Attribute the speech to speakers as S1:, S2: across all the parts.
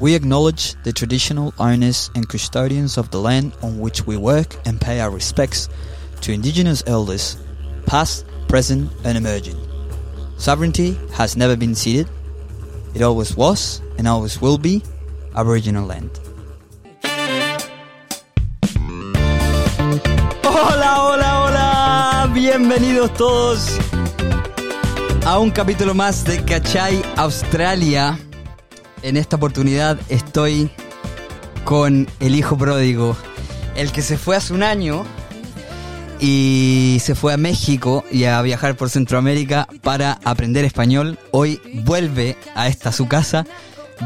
S1: We acknowledge the traditional owners and custodians of the land on which we work and pay our respects to Indigenous elders, past, present, and emerging. Sovereignty has never been ceded, it always was and always will be Aboriginal land. Hola, hola, hola, bienvenidos todos a un capítulo más de Cachai Australia. En esta oportunidad estoy con el hijo pródigo, el que se fue hace un año y se fue a México y a viajar por Centroamérica para aprender español. Hoy vuelve a esta su casa.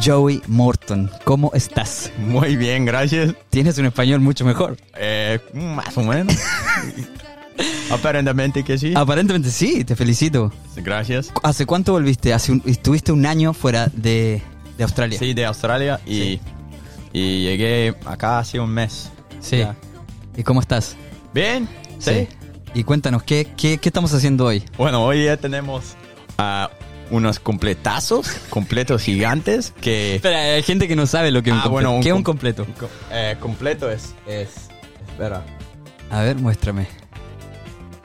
S1: Joey Morton, ¿cómo estás?
S2: Muy bien, gracias.
S1: Tienes un español mucho mejor.
S2: Eh, más o menos. Aparentemente que sí.
S1: Aparentemente sí, te felicito.
S2: Gracias.
S1: ¿Hace cuánto volviste? Hace un- estuviste un año fuera de, de Australia.
S2: Sí, de Australia y, y llegué acá hace un mes.
S1: Sí.
S2: Ya.
S1: ¿Y cómo estás?
S2: Bien, sí.
S1: Y cuéntanos, ¿qué, qué, qué estamos haciendo hoy?
S2: Bueno, hoy ya tenemos ah, unos completazos, completos gigantes que...
S1: Espera, hay gente que no sabe lo que es un
S2: Ah,
S1: completo.
S2: bueno, un
S1: ¿Qué es un
S2: com-
S1: completo?
S2: co- eh, completo es, es... Espera.
S1: A ver, muéstrame.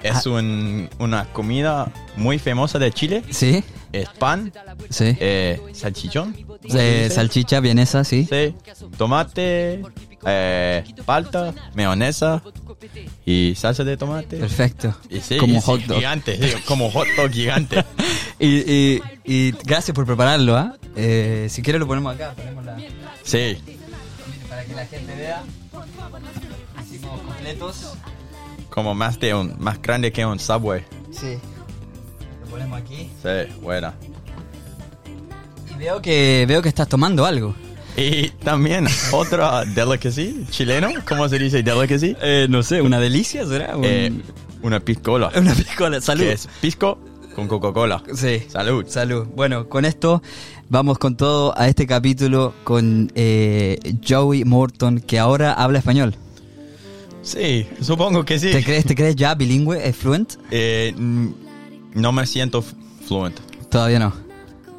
S2: Es un- una comida muy famosa de Chile.
S1: ¿Sí?
S2: Es pan,
S1: Sí.
S2: eh, salchichón. ¿cómo se
S1: Eh,
S2: dice?
S1: salchicha vienesa, sí.
S2: Sí, tomate, eh, palta, mayonesa y salsa de tomate.
S1: Perfecto.
S2: Y sí,
S1: Como
S2: y sí,
S1: hot dog.
S2: Gigante, sí, como hot dog gigante.
S1: Y, y- y gracias por prepararlo, ¿ah? Eh, si quieres lo ponemos acá, ponemos la-
S2: Sí,
S1: para que la gente vea. Hicimos completos.
S2: como más, de un, más grande que un subway.
S1: Sí. Lo ponemos aquí.
S2: Sí, buena.
S1: Y veo que veo que estás tomando algo.
S2: Y también otra delicacy chileno, ¿cómo se dice delicacy?
S1: Eh, no sé, una delicia será.
S2: Eh, una piscola.
S1: una piscola. Salud.
S2: Que es pisco con Coca-Cola.
S1: Sí.
S2: Salud.
S1: Salud. Bueno, con esto vamos con todo a este capítulo con eh, Joey Morton, que ahora habla español.
S2: Sí, supongo que sí.
S1: ¿Te crees, ¿Te crees ya bilingüe, eh, fluent?
S2: Eh, mm, no me siento fluente.
S1: Todavía no.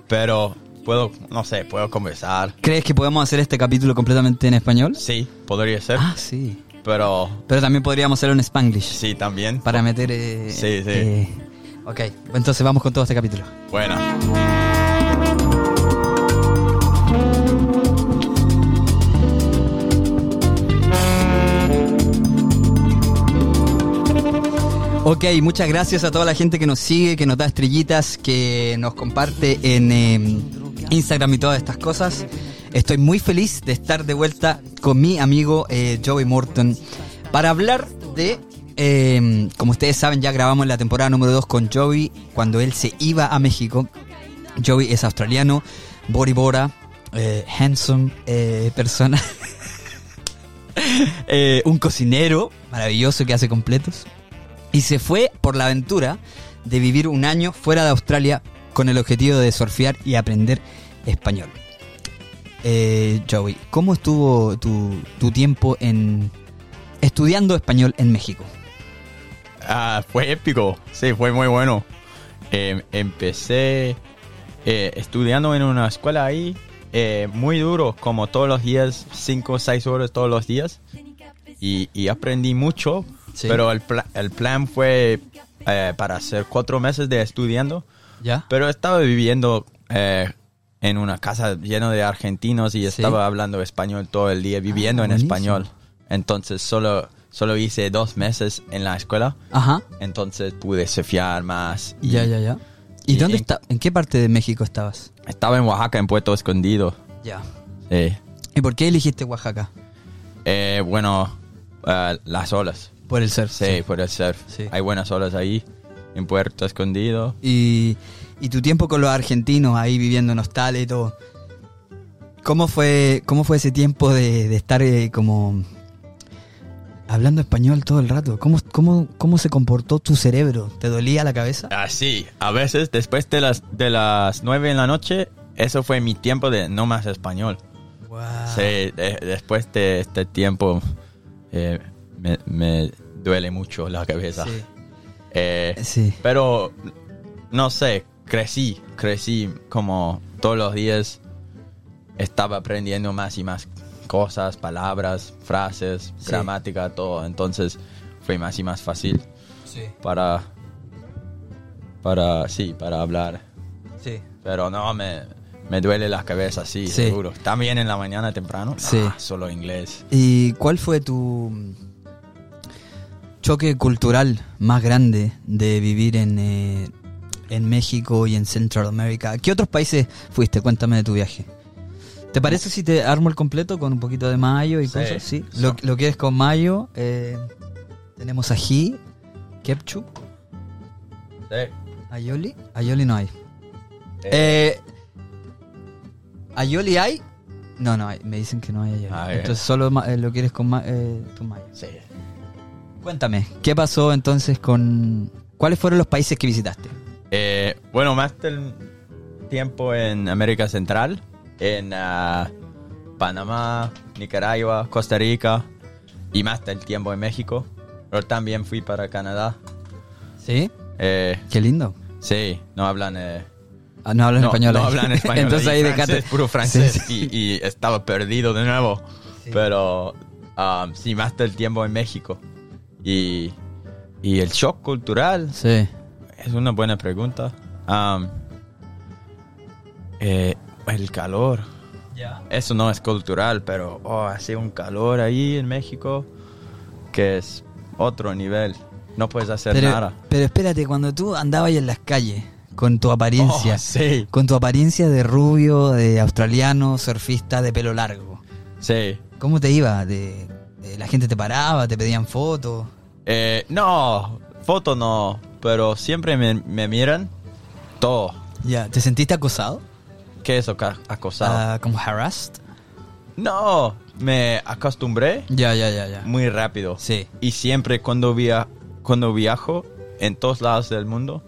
S2: pero puedo, no sé, puedo conversar.
S1: ¿Crees que podemos hacer este capítulo completamente en español?
S2: Sí, podría ser,
S1: Ah, sí.
S2: pero
S1: Pero también podríamos hacerlo en Spanglish.
S2: sí también.
S1: Para meter... eh,
S2: Sí, sí.
S1: eh, ok, entonces vamos con todo este capítulo.
S2: Bueno,
S1: Ok, muchas gracias a toda la gente que nos sigue, que nos da estrellitas, que nos comparte en eh, Instagram y todas estas cosas. Estoy muy feliz de estar de vuelta con mi amigo eh, Joey Morton para hablar de, eh, como ustedes saben, ya grabamos la temporada número 2 con Joey cuando él se iba a México. Joey es australiano, Bori Bora, eh, handsome eh, persona, Eh, un cocinero maravilloso que hace completos y se fue por la aventura de vivir un año fuera de Australia con el objetivo de surfear y aprender español. Eh, Joey, ¿cómo estuvo tu, tu tiempo en estudiando español en México?
S2: ah, fue épico, sí, fue muy bueno. Em, empecé eh, estudiando en una escuela ahí, eh, muy duro, como todos los días, 5 o 6 horas todos los días. Y, y aprendí mucho,
S1: Sí.
S2: pero el, pla- el plan fue eh, para hacer cuatro meses de estudiando.
S1: ¿Ya?
S2: Pero estaba viviendo eh, en una casa llena de argentinos y estaba hablando español todo el día, viviendo
S1: Ah,
S2: en
S1: buenísimo.
S2: español. Entonces solo, solo hice dos meses en la escuela.
S1: Ajá.
S2: Entonces pude surfear más. y
S1: Ya, ya, ya. ¿Y,
S2: y
S1: dónde
S2: en-
S1: está? ¿En qué parte de México estabas?
S2: Estaba en Oaxaca, en Puerto Escondido.
S1: Ya.
S2: Sí.
S1: ¿Y por qué elegiste Oaxaca?
S2: Eh, bueno, eh, las olas.
S1: Por el surf.
S2: Sí, por el surf.
S1: Sí.
S2: Hay buenas olas ahí, en Puerto Escondido.
S1: Y, y tu tiempo con los argentinos ahí viviendo en hostales y todo. ¿Cómo fue, cómo fue ese tiempo de, de estar eh, como hablando español todo el rato? ¿Cómo, cómo, ¿Cómo se comportó tu cerebro? ¿Te dolía la cabeza?
S2: Ah, sí, a veces después de las, de las 9 en la noche, eso fue mi tiempo de no más español. Sí, de- después de este tiempo eh, me, me duele mucho la cabeza. Eh,
S1: Sí.
S2: pero, no sé, crecí, crecí como todos los días estaba aprendiendo más y más cosas, palabras, frases,
S1: Sí.
S2: gramática, todo. Entonces fue más y más fácil
S1: Sí,
S2: para, para, sí, para hablar.
S1: sí.
S2: Pero no, me, me duele la cabeza, sí,
S1: Sí.
S2: seguro. También en la mañana temprano,
S1: Sí.
S2: ah, solo inglés.
S1: ¿Y cuál fue tu choque cultural más grande de vivir en, eh, en México y en Centroamérica? ¿Qué otros países fuiste? Cuéntame de tu viaje. ¿Te parece si te armo el completo con un poquito de mayo y
S2: Sí.
S1: cosas? Sí. Lo, lo que es con mayo, eh, tenemos ají, ketchup,
S2: Sí.
S1: ayoli. Ayoli no hay. Eh, ¿Ayoli hay? No, no hay. Me dicen que no hay ayoli.
S2: Ah, bien.
S1: Entonces solo ma- eh, lo quieres con ma- eh, tu mayo.
S2: sí.
S1: Cuéntame, ¿qué pasó entonces con... ¿Cuáles fueron los países que visitaste?
S2: Eh, bueno, más del tiempo en América Central, en ah, Panamá, Nicaragua, Costa Rica y más del tiempo en México. Pero también fui para Canadá.
S1: ¿Sí?
S2: Eh,
S1: Qué lindo.
S2: sí, no hablan... eh,
S1: Ah, no hablan
S2: no,
S1: español.
S2: no
S1: ahí.
S2: hablan español.
S1: entonces
S2: y
S1: ahí
S2: francés,
S1: dejaste...
S2: Puro francés.
S1: Sí, sí.
S2: Y, y estaba perdido de nuevo.
S1: Sí.
S2: Pero ah, sí, más del tiempo en México. Y, y el shock cultural
S1: Sí.
S2: Es una buena pregunta. Am, eh, el calor. Eso no es cultural, pero oh, hace un calor ahí en México que es otro nivel. No puedes hacer
S1: Pero,
S2: nada.
S1: pero espérate, cuando tú andabas ahí en las calles con tu apariencia,
S2: Oh, sí,
S1: con tu apariencia de rubio, de australiano, surfista, de pelo largo,
S2: sí.
S1: ¿cómo te iba? De, de- la gente te paraba, te pedían fotos.
S2: Eh, no, foto no, pero siempre me, me miran todo.
S1: Ya, ¿te sentiste acosado?
S2: ¿Qué es aca- acosado?
S1: Ah, ¿Como harassed?
S2: No, me acostumbré
S1: Ya, ya, ya, ya.
S2: muy rápido.
S1: Sí.
S2: Y siempre cuando, via cuando viajo en todos lados del mundo,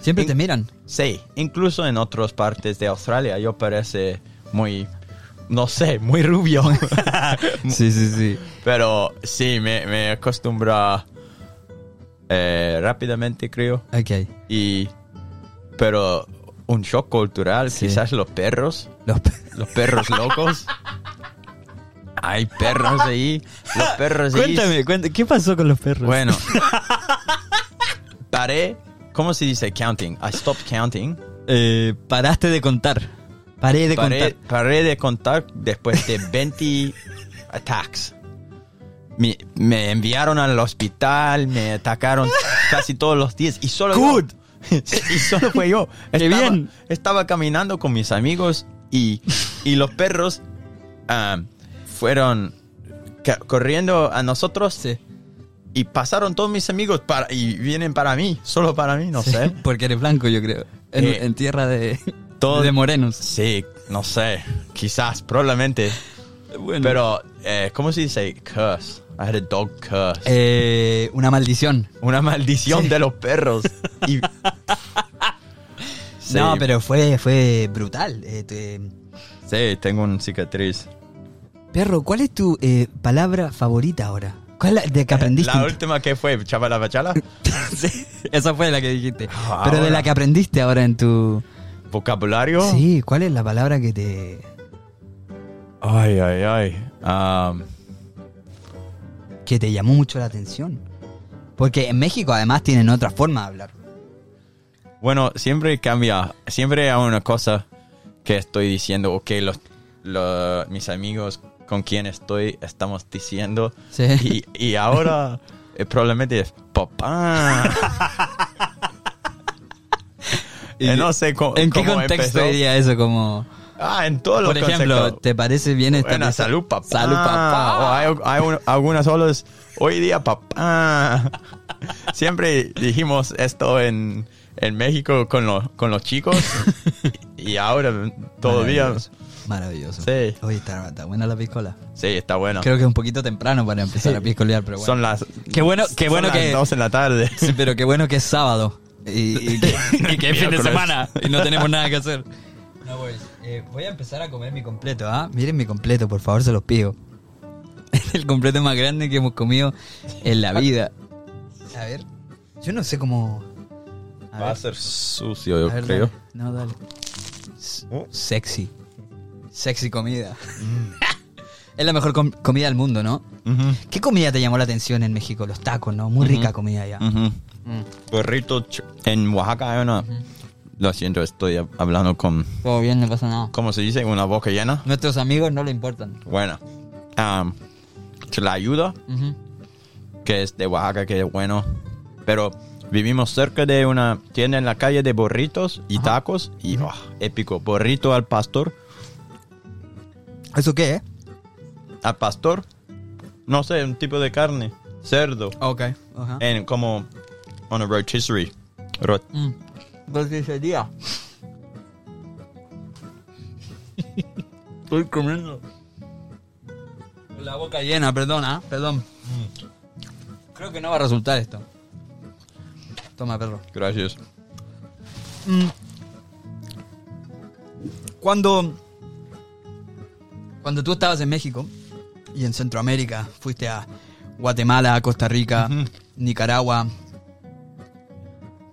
S1: Siempre
S2: En-
S1: te miran.
S2: sí, incluso en otras partes de Australia, yo parece muy, no sé, muy rubio.
S1: Sí, sí, sí.
S2: Pero sí, me, me acostumbra eh, rápidamente, creo.
S1: Ok.
S2: Y, pero un shock cultural,
S1: Sí.
S2: quizás los perros,
S1: Los pe-
S2: los perros locos. Hay perros ahí, los perros ahí.
S1: cuéntame, ¿qué pasó con los perros?
S2: Bueno, paré. ¿Cómo se dice counting? I stopped counting.
S1: Eh, paraste de contar. Paré de
S2: Paré,
S1: contar.
S2: paré de contar después de 20 attacks. Me, me enviaron al hospital, me atacaron casi todos los días y solo yo-
S1: Good.
S2: y solo fue yo.
S1: Qué bien.
S2: Estaba caminando con mis amigos y, y los perros ah, fueron ca- corriendo a nosotros y pasaron todos mis amigos para, y vienen para mí, solo para mí, no
S1: Sí,
S2: sé.
S1: Porque eres blanco, yo creo. En,
S2: Eh,
S1: en tierra de,
S2: todo-
S1: de morenos.
S2: Sí, no sé, quizás, probablemente.
S1: Bueno.
S2: Pero, eh, ¿cómo se dice? Curse. I had a dog curse.
S1: Eh, una maldición.
S2: Una maldición
S1: sí.
S2: de los perros. Y- Sí,
S1: No, pero fue, fue brutal. Eh, te-
S2: Sí, tengo una cicatriz.
S1: Perro, ¿cuál es tu eh, palabra favorita ahora? ¿Cuál es la de que aprendiste?
S2: Eh, La última que fue, chavala bachala,
S1: Sí, esa fue la que dijiste.
S2: Ah,
S1: Pero de
S2: ahora.
S1: la que aprendiste ahora en tu...
S2: vocabulario.
S1: Sí, ¿cuál es la palabra que te...
S2: Ay, ay, ay. Um,
S1: que te llamó mucho la atención. Porque en México además tienen otra forma de hablar.
S2: Bueno, siempre cambia. Siempre hay una cosa que estoy diciendo, ok, los, lo- mis amigos con quien estoy estamos diciendo.
S1: Sí.
S2: Y, y ahora eh, probablemente es papá. Eh, no sé cómo.
S1: ¿En qué
S2: cómo
S1: contexto
S2: empezó.
S1: diría eso? Como,
S2: Ah, en todos los
S1: por ejemplo,
S2: contextos.
S1: ¿te parece bien esta
S2: Buena,
S1: pieza?
S2: salud, papá.
S1: Salud, papá.
S2: O hay, hay un- algunas olas. Hoy día, papá. Siempre dijimos esto en, en México con, los con los chicos. y ahora todavía.
S1: Maravilloso. Maravilloso.
S2: Sí.
S1: Oye, está, está buena la piscola.
S2: Sí, está bueno.
S1: Creo que es un poquito temprano para empezar a piscolear, pero bueno.
S2: Son las.
S1: Qué bueno- qué
S2: son
S1: bueno
S2: las
S1: que-
S2: dos en la tarde.
S1: Sí, pero qué bueno que es sábado. Y, y que, y que es fin de
S2: Miércoles.
S1: semana y no tenemos nada que hacer. No, boys. eh, voy a empezar a comer mi completo, ¿ah? Miren mi completo, por favor, se los pido. Es el completo más grande que hemos comido en la vida. A ver, yo no sé cómo... A
S2: Va a
S1: ver,
S2: ser sucio,
S1: a
S2: yo
S1: ver,
S2: creo.
S1: dale. No, dale. S-
S2: ¿Eh?
S1: Sexy. Sexy comida.
S2: Mm.
S1: es la mejor com- comida del mundo, ¿no?
S2: Ujú,
S1: ¿Qué comida te llamó la atención en México? Los tacos, ¿no? Muy rica comida allá.
S2: ujú.
S1: Mm.
S2: Burrito ch- en Oaxaca hay una... Lo siento, estoy hab- hablando con...
S1: Todo bien, no pasa nada.
S2: ¿Cómo se dice? Una boca llena.
S1: Nuestros amigos no le importan.
S2: Bueno. um, am, Tlayuda,
S1: Ujú.
S2: que es de Oaxaca, que es bueno. Pero vivimos cerca de una tienda en la calle de burritos y tacos. Y oh, épico. Burrito al pastor.
S1: ¿Eso qué, eh?
S2: Al pastor. No sé, un tipo de carne. Cerdo.
S1: Ah, Ok. Eh. Ajá.
S2: En como... On a rotisserie. Rot-
S1: Mm. Roticería. Estoy comiendo. Con la boca llena, perdona, perdón. Creo que no va a resultar esto. Toma, perro.
S2: Gracias.
S1: Mm. Cuando. Cuando tú estabas en México y en Centroamérica, fuiste a Guatemala, Costa Rica, Nicaragua.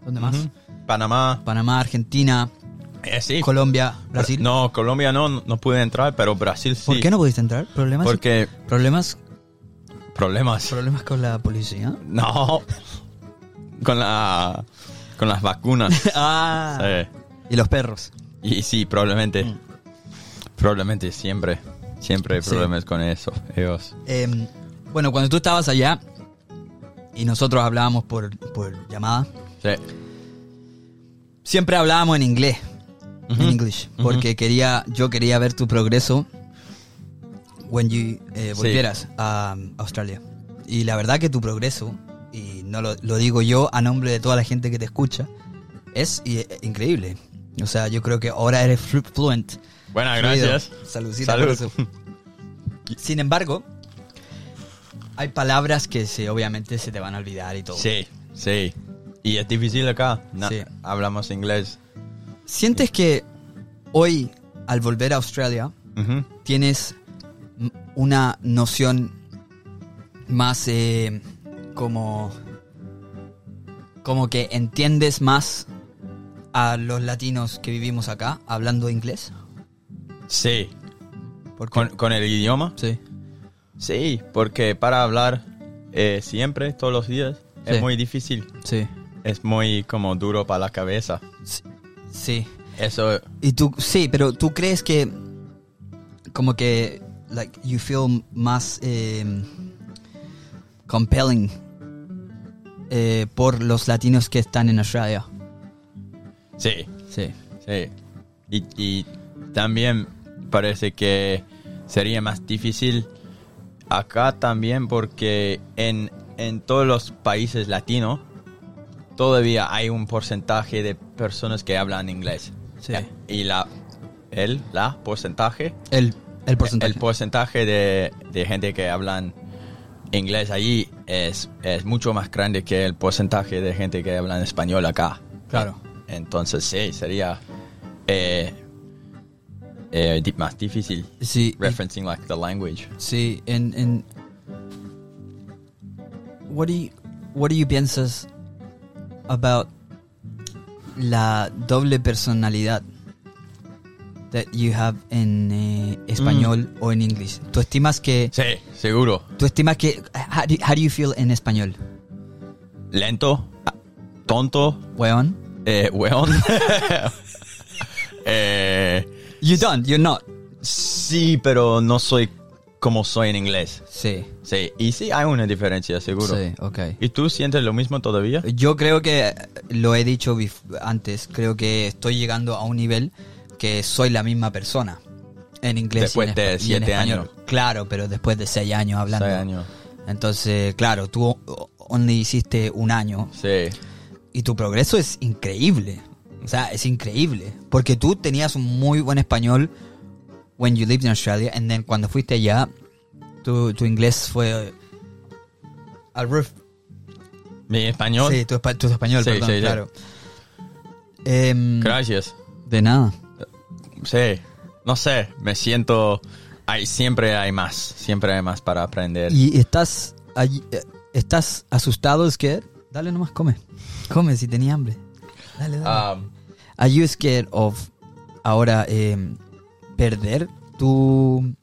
S1: ¿Dónde más?
S2: Panamá.
S1: Panamá, Argentina,
S2: Eh, sí.
S1: Colombia, Brasil.
S2: No, Colombia no, no pude entrar, pero Brasil sí.
S1: ¿Por qué no pudiste entrar? ¿Problemas?
S2: Porque
S1: ¿Problemas?
S2: problemas.
S1: ¿Problemas con la policía?
S2: No. Con la con las vacunas.
S1: ah.
S2: sí.
S1: Y los perros.
S2: Y sí, probablemente. Probablemente siempre. Siempre hay
S1: Mm. Sí.
S2: problemas con eso. Ellos.
S1: Eh, bueno, cuando tú estabas allá y nosotros hablábamos por, por llamada,
S2: Sí.
S1: siempre hablábamos en inglés. En inglés. Porque quería, yo quería ver tu progreso when you eh,
S2: Sí.
S1: volvieras a um, Australia. Y la verdad que tu progreso, y no lo, lo digo yo a nombre de toda la gente que te escucha, es eh, increíble. O sea, yo creo que ahora eres flu- fluent.
S2: Buenas,
S1: Fluido.
S2: gracias.
S1: Saludcita
S2: Salud.
S1: por eso. Sin embargo, hay palabras que se, obviamente se te van a olvidar y todo.
S2: Sí, sí. Y es difícil acá. Na-
S1: Sí.
S2: Hablamos inglés.
S1: ¿Sientes que hoy, al volver a Australia,
S2: Ujú.
S1: tienes m- una noción más eh, como como que entiendes más a los latinos que vivimos acá hablando inglés
S2: Sí.
S1: Porque-
S2: Con, con el idioma.
S1: sí
S2: Sí, porque para hablar eh, siempre, todos los días,
S1: Sí.
S2: es muy difícil.
S1: sí
S2: Es muy como duro para la cabeza.
S1: sí
S2: Eso,
S1: Y tú, sí, pero tú crees que como que like you feel más eh, compelling eh, por los latinos que están en Australia.
S2: sí,
S1: Sí.
S2: sí. Y, y también parece que sería más difícil acá también porque en, en todos los países latinos todavía hay un porcentaje de personas que hablan inglés.
S1: Sí.
S2: Y la, el, la porcentaje
S1: El, el porcentaje.
S2: El porcentaje de, de gente que hablan inglés allí es, es mucho más grande que el porcentaje de gente que hablan español acá.
S1: Claro.
S2: Entonces sí, sería eh, eh, di- más difícil
S1: sí. y-
S2: referencing like the language.
S1: Sí, en, en what do you what do you piensas about la doble personalidad that you have en eh, español o en inglés? ¿Tú estimas que
S2: Sí, seguro.
S1: tú estimas que how do, how do you feel en español?
S2: Lento, tonto,
S1: Weón?
S2: eh, weón. Eh,
S1: You don't, you're not.
S2: sí, pero no soy como soy en inglés.
S1: Sí.
S2: Sí, y sí hay una diferencia, seguro.
S1: Sí, okay.
S2: ¿Y tú sientes lo mismo todavía?
S1: Yo creo que eh, lo he dicho bif- antes, creo que estoy llegando a un nivel que soy la misma persona en inglés
S2: Después
S1: y en,
S2: de
S1: espa- y en
S2: siete
S1: español.
S2: años.
S1: Claro, pero después de seis años hablando.
S2: Seis años.
S1: Entonces, claro, tú o- only hiciste un año
S2: Sí.
S1: y tu progreso es increíble. O sea, es increíble. Porque tú tenías un muy buen español when you lived in Australia. And then cuando fuiste allá, tu, tu inglés fue al roof.
S2: Mi español.
S1: Sí, tu, espa- tu español,
S2: Sí,
S1: perdón,
S2: sí, sí.
S1: claro. Em,
S2: Gracias.
S1: de nada.
S2: Sí. No sé, me siento... Hay, siempre hay más. Siempre hay más para aprender.
S1: ¿Y estás allí- eh, estás asustado, scared? Dale nomás, come. Come si tenía hambre. Dale, dale.
S2: Um,
S1: Are you scared of ahora em, perder tu,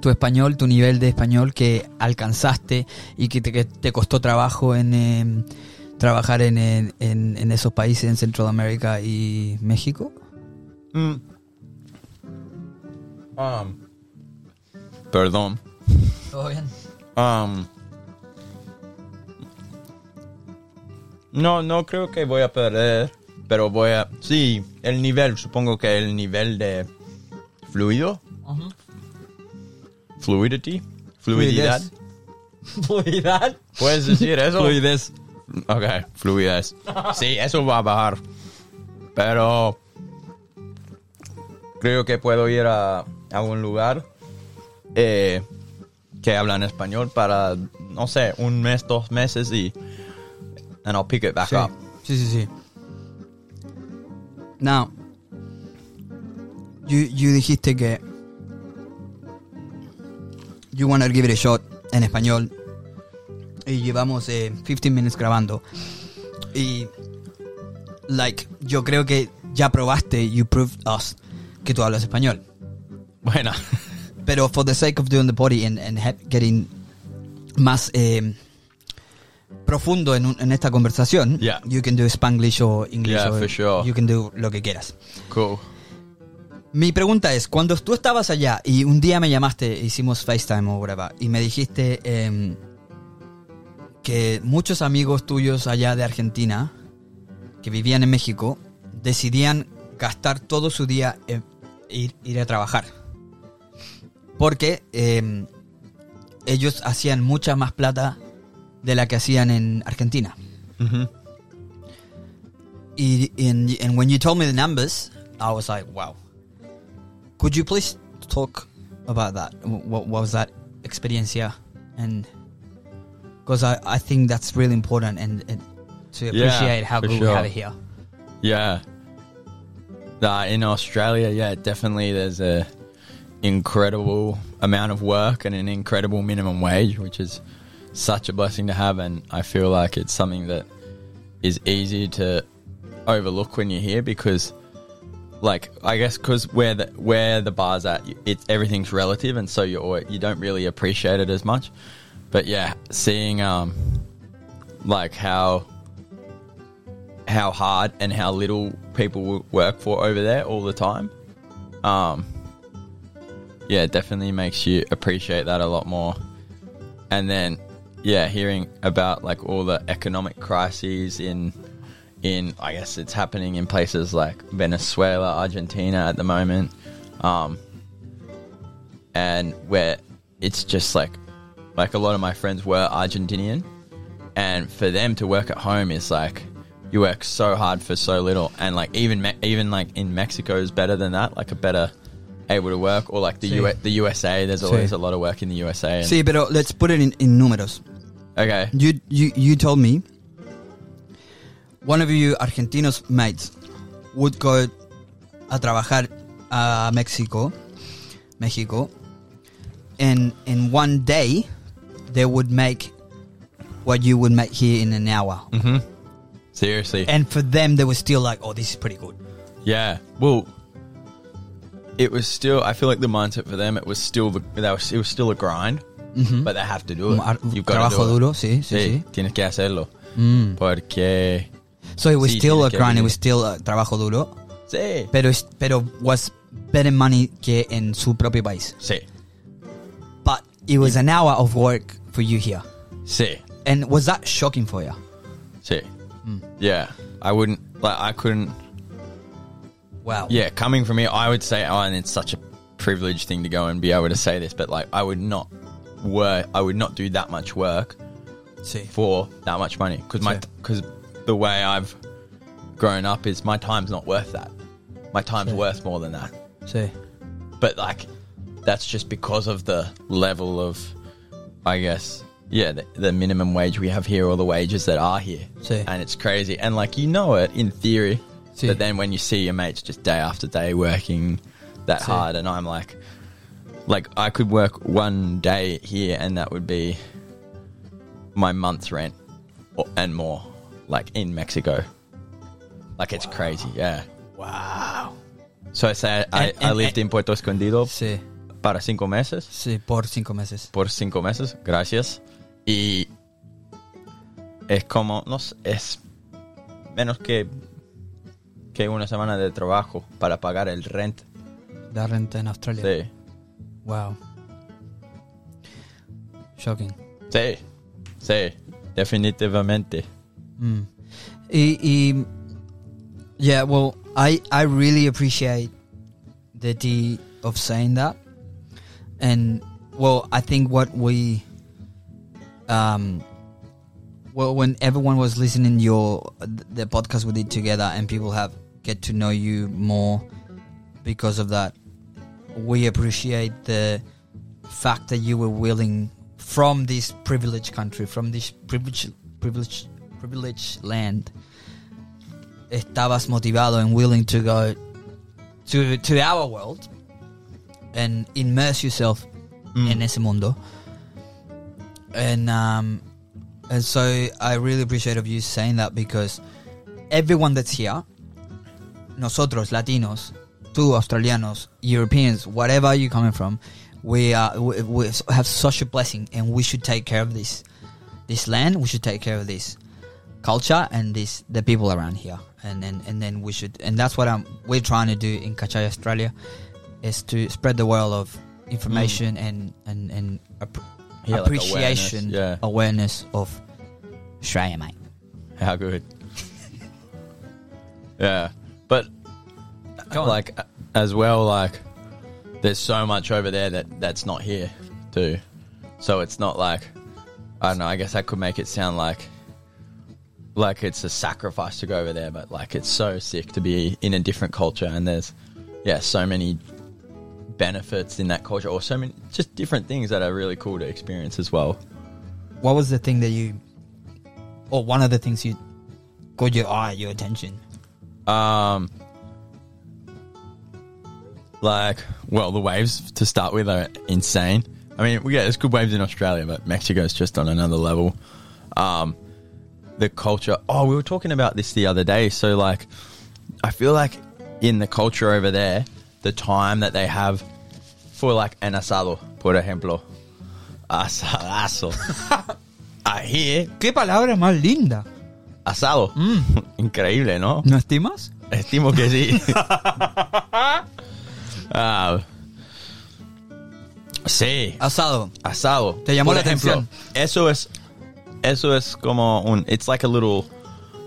S1: tu español, tu nivel de español que alcanzaste y que te, que te costó trabajo en em, trabajar en, en- en- en esos países, en Centroamérica y México?
S2: Mm. Um, perdón.
S1: Todo bien.
S2: Um, no, no creo que voy a perder, pero voy a... Sí, el nivel, supongo que el nivel de fluido, fluidity, fluididad.
S1: Fluidez.
S2: ¿Puedes decir eso?
S1: Fluidez.
S2: Ok, fluidez. Sí, eso va a bajar. Pero creo que puedo ir a, a un lugar eh, que hablan español para, no sé, un mes, dos meses y... And I'll pick it back
S1: Sí.
S2: up.
S1: sí, sí, sí. Now, you, you dijiste que you wanna give it a shot en español y llevamos eh, 15 minutes grabando y like yo creo que ya probaste you proved us que tú hablas español
S2: Bueno,
S1: pero for the sake of doing the body and, and ha- getting más eh, profundo en, un- en esta conversación,
S2: Yeah.
S1: you can do Spanglish o English
S2: Yeah,
S1: or
S2: for sure.
S1: you can do lo que quieras.
S2: cool.
S1: Mi pregunta es, cuando tú estabas allá y un día me llamaste, hicimos FaceTime o whatever, y me dijiste em, que muchos amigos tuyos allá de Argentina, que vivían en México, decidían gastar todo su día en ir, ir a trabajar. Porque em, ellos hacían mucha más plata de la que hacían en Argentina.
S2: Ujú.
S1: Y and, and when you told me the numbers, I was like, wow. Could you please talk about that? Wh- What, what was that experience? Yeah, and because I, I think that's really important and, and to
S2: Yeah,
S1: appreciate how
S2: for
S1: good we have
S2: sure.
S1: it here.
S2: Yeah. Uh, in Australia, yeah, definitely there's a incredible amount of work and an incredible minimum wage, which is such a blessing to have and I feel like it's something that is easy to overlook when you're here because like I guess cuz where the where the bars at it's everything's relative and so you always, you don't really appreciate it as much. But yeah, seeing um like how how hard and how little people w- work for over there all the time. Um, yeah, it definitely makes you appreciate that a lot more. And then, yeah, hearing about like all the economic crises in in I guess it's happening in places like Venezuela, Argentina at the moment, um, and where it's just like like a lot of my friends were Argentinian and for them to work at home is like you work so hard for so little and like even me- even like in Mexico is better than that like a better able to work or like the
S1: Sí.
S2: U- the USA there's always
S1: Sí.
S2: a lot of work in the USA and,
S1: See, but uh, let's put it in, in numeros.
S2: okay
S1: You you you told me one of you Argentinos mates would go a trabajar a Mexico, Mexico, and in one day they would make what you would make here in an hour.
S2: Mm-hmm. seriously
S1: And for them, they were still like, "Oh, this is pretty good."
S2: Yeah. Well, it was still. I feel like the mindset for them, it was still the. That was, it was still a grind, but they have to do it.
S1: Ar-
S2: You've got
S1: Mm-hmm.
S2: to
S1: Trabajo
S2: do it.
S1: duro, sí, sí, sí.
S2: Sí, tienes que hacerlo.
S1: Mm.
S2: Porque
S1: So it was
S2: Sí,
S1: still a
S2: tienes que
S1: grind. It
S2: vivir.
S1: was still a trabajo duro,
S2: sí,
S1: pero es- pero was better money que en su propio país.
S2: sí,
S1: but it was an hour of work for you here.
S2: sí,
S1: And was that shocking for you?
S2: sí.
S1: Mm.
S2: Yeah, I wouldn't. Like, I couldn't.
S1: Wow.
S2: Yeah, coming from here, I would say, oh, and it's such a privileged thing to go and be able to say this, but like, I would not work. I would not do that much work
S1: See.
S2: for that much money because my
S1: Sure.
S2: because the way I've grown up is my time's not worth that. My time's
S1: Sure.
S2: worth more than that.
S1: See.
S2: But like, that's just because of the level of, I guess, yeah, the, the minimum wage we have here or the wages that are here,
S1: Sure.
S2: and it's crazy. And like you know it in theory,
S1: Sure.
S2: but then when you see your mates just day after day working that
S1: Sure.
S2: hard, and I'm like, like I could work one day here, and that would be my month's rent or, and more, like in Mexico. Like it's crazy, yeah.
S1: Wow.
S2: So I say I,
S1: And-
S2: I
S1: and-
S2: lived
S1: and-
S2: in Puerto Escondido
S1: See.
S2: para cinco meses.
S1: Sí, por cinco meses.
S2: por cinco meses, gracias. Y es como, no sé, es menos que, que una semana de trabajo para pagar el rent.
S1: La renta en Australia.
S2: Sí,
S1: Wow. Shocking.
S2: sí, sí, definitivamente.
S1: Mm. E- e- yeah, well, I, I really appreciate the D of saying that. And, well, I think what we. Um, well, when everyone was listening your the podcast we did together, and people have get to know you more because of that, we appreciate the fact that you were willing from this privileged country, from this privileged privileged privileged land, estabas motivado and willing to go to to our world and immerse yourself
S2: Mm.
S1: in ese mundo. And um, and so I really appreciate of you saying that because everyone that's here, nosotros Latinos, tú Australianos, Europeans, whatever you're coming from, we are we, we have such a blessing, and we should take care of this this land. We should take care of this culture and this the people around here. And then and then we should and that's what I'm we're trying to do in Kachai Australia is to spread the world of information and and and ap-
S2: Mm. Yeah, like
S1: appreciation
S2: awareness, yeah.
S1: awareness of Australia, mate.
S2: How good. yeah, but
S1: Go on.
S2: like as well, like there's so much over there that that's not here too. So it's not like I don't know. I guess that could make it sound like like it's a sacrifice to go over there, but like it's so sick to be in a different culture and there's yeah so many benefits in that culture or so many just different things that are really cool to experience as well.
S1: What was the thing that you, or one of the things you caught your eye, your attention?
S2: Um, like, well, the waves to start with are insane. I mean, we get there's good waves in Australia, but Mexico's just on another level. Um, the culture. Oh, we were talking about this the other day. So, like, I feel like in the culture over there, the time that they have for like an asado, por ejemplo, asadazo. I hear
S1: ¿Qué palabra más linda?
S2: asado. Increíble, ¿no?
S1: ¿No estimas?
S2: Estimo que sí. Ah, sí,
S1: Asado.
S2: asado.
S1: Te llamó
S2: Por
S1: la
S2: ejemplo,
S1: atención.
S2: Eso es, eso es como un. It's like a little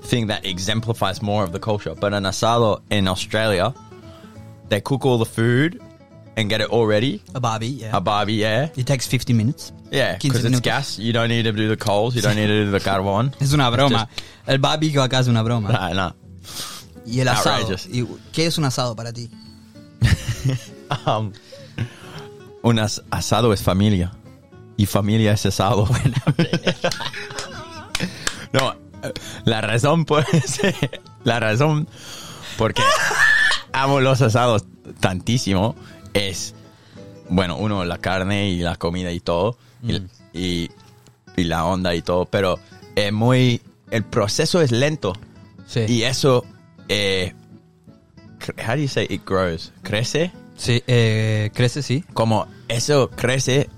S2: thing that exemplifies more of the culture. But an asado in Australia, they cook all the food and get it all ready.
S1: A Barbie, yeah.
S2: A barbie, yeah,
S1: It takes 50 minutes.
S2: yeah,
S1: 15
S2: because it's
S1: minutos.
S2: gas. You don't need to do the coals. You don't need to do the carbon.
S1: Es una broma. El barbecue acá es una broma.
S2: Nah, nah.
S1: Y el asado.
S2: outrageous.
S1: Y- ¿Qué es un asado para ti?
S2: Um, un as- asado es familia. Y familia es asado. no, eh, la razón por la razón porque amo los asados tantísimo es, bueno, uno, la carne y la comida y todo, y- y, y la onda y todo, pero es muy, el proceso es lento.
S1: Sí.
S2: Y eso, eh, cre- how do you say it grows? Crece
S1: Sí, eh, crece, sí.
S2: como eso crece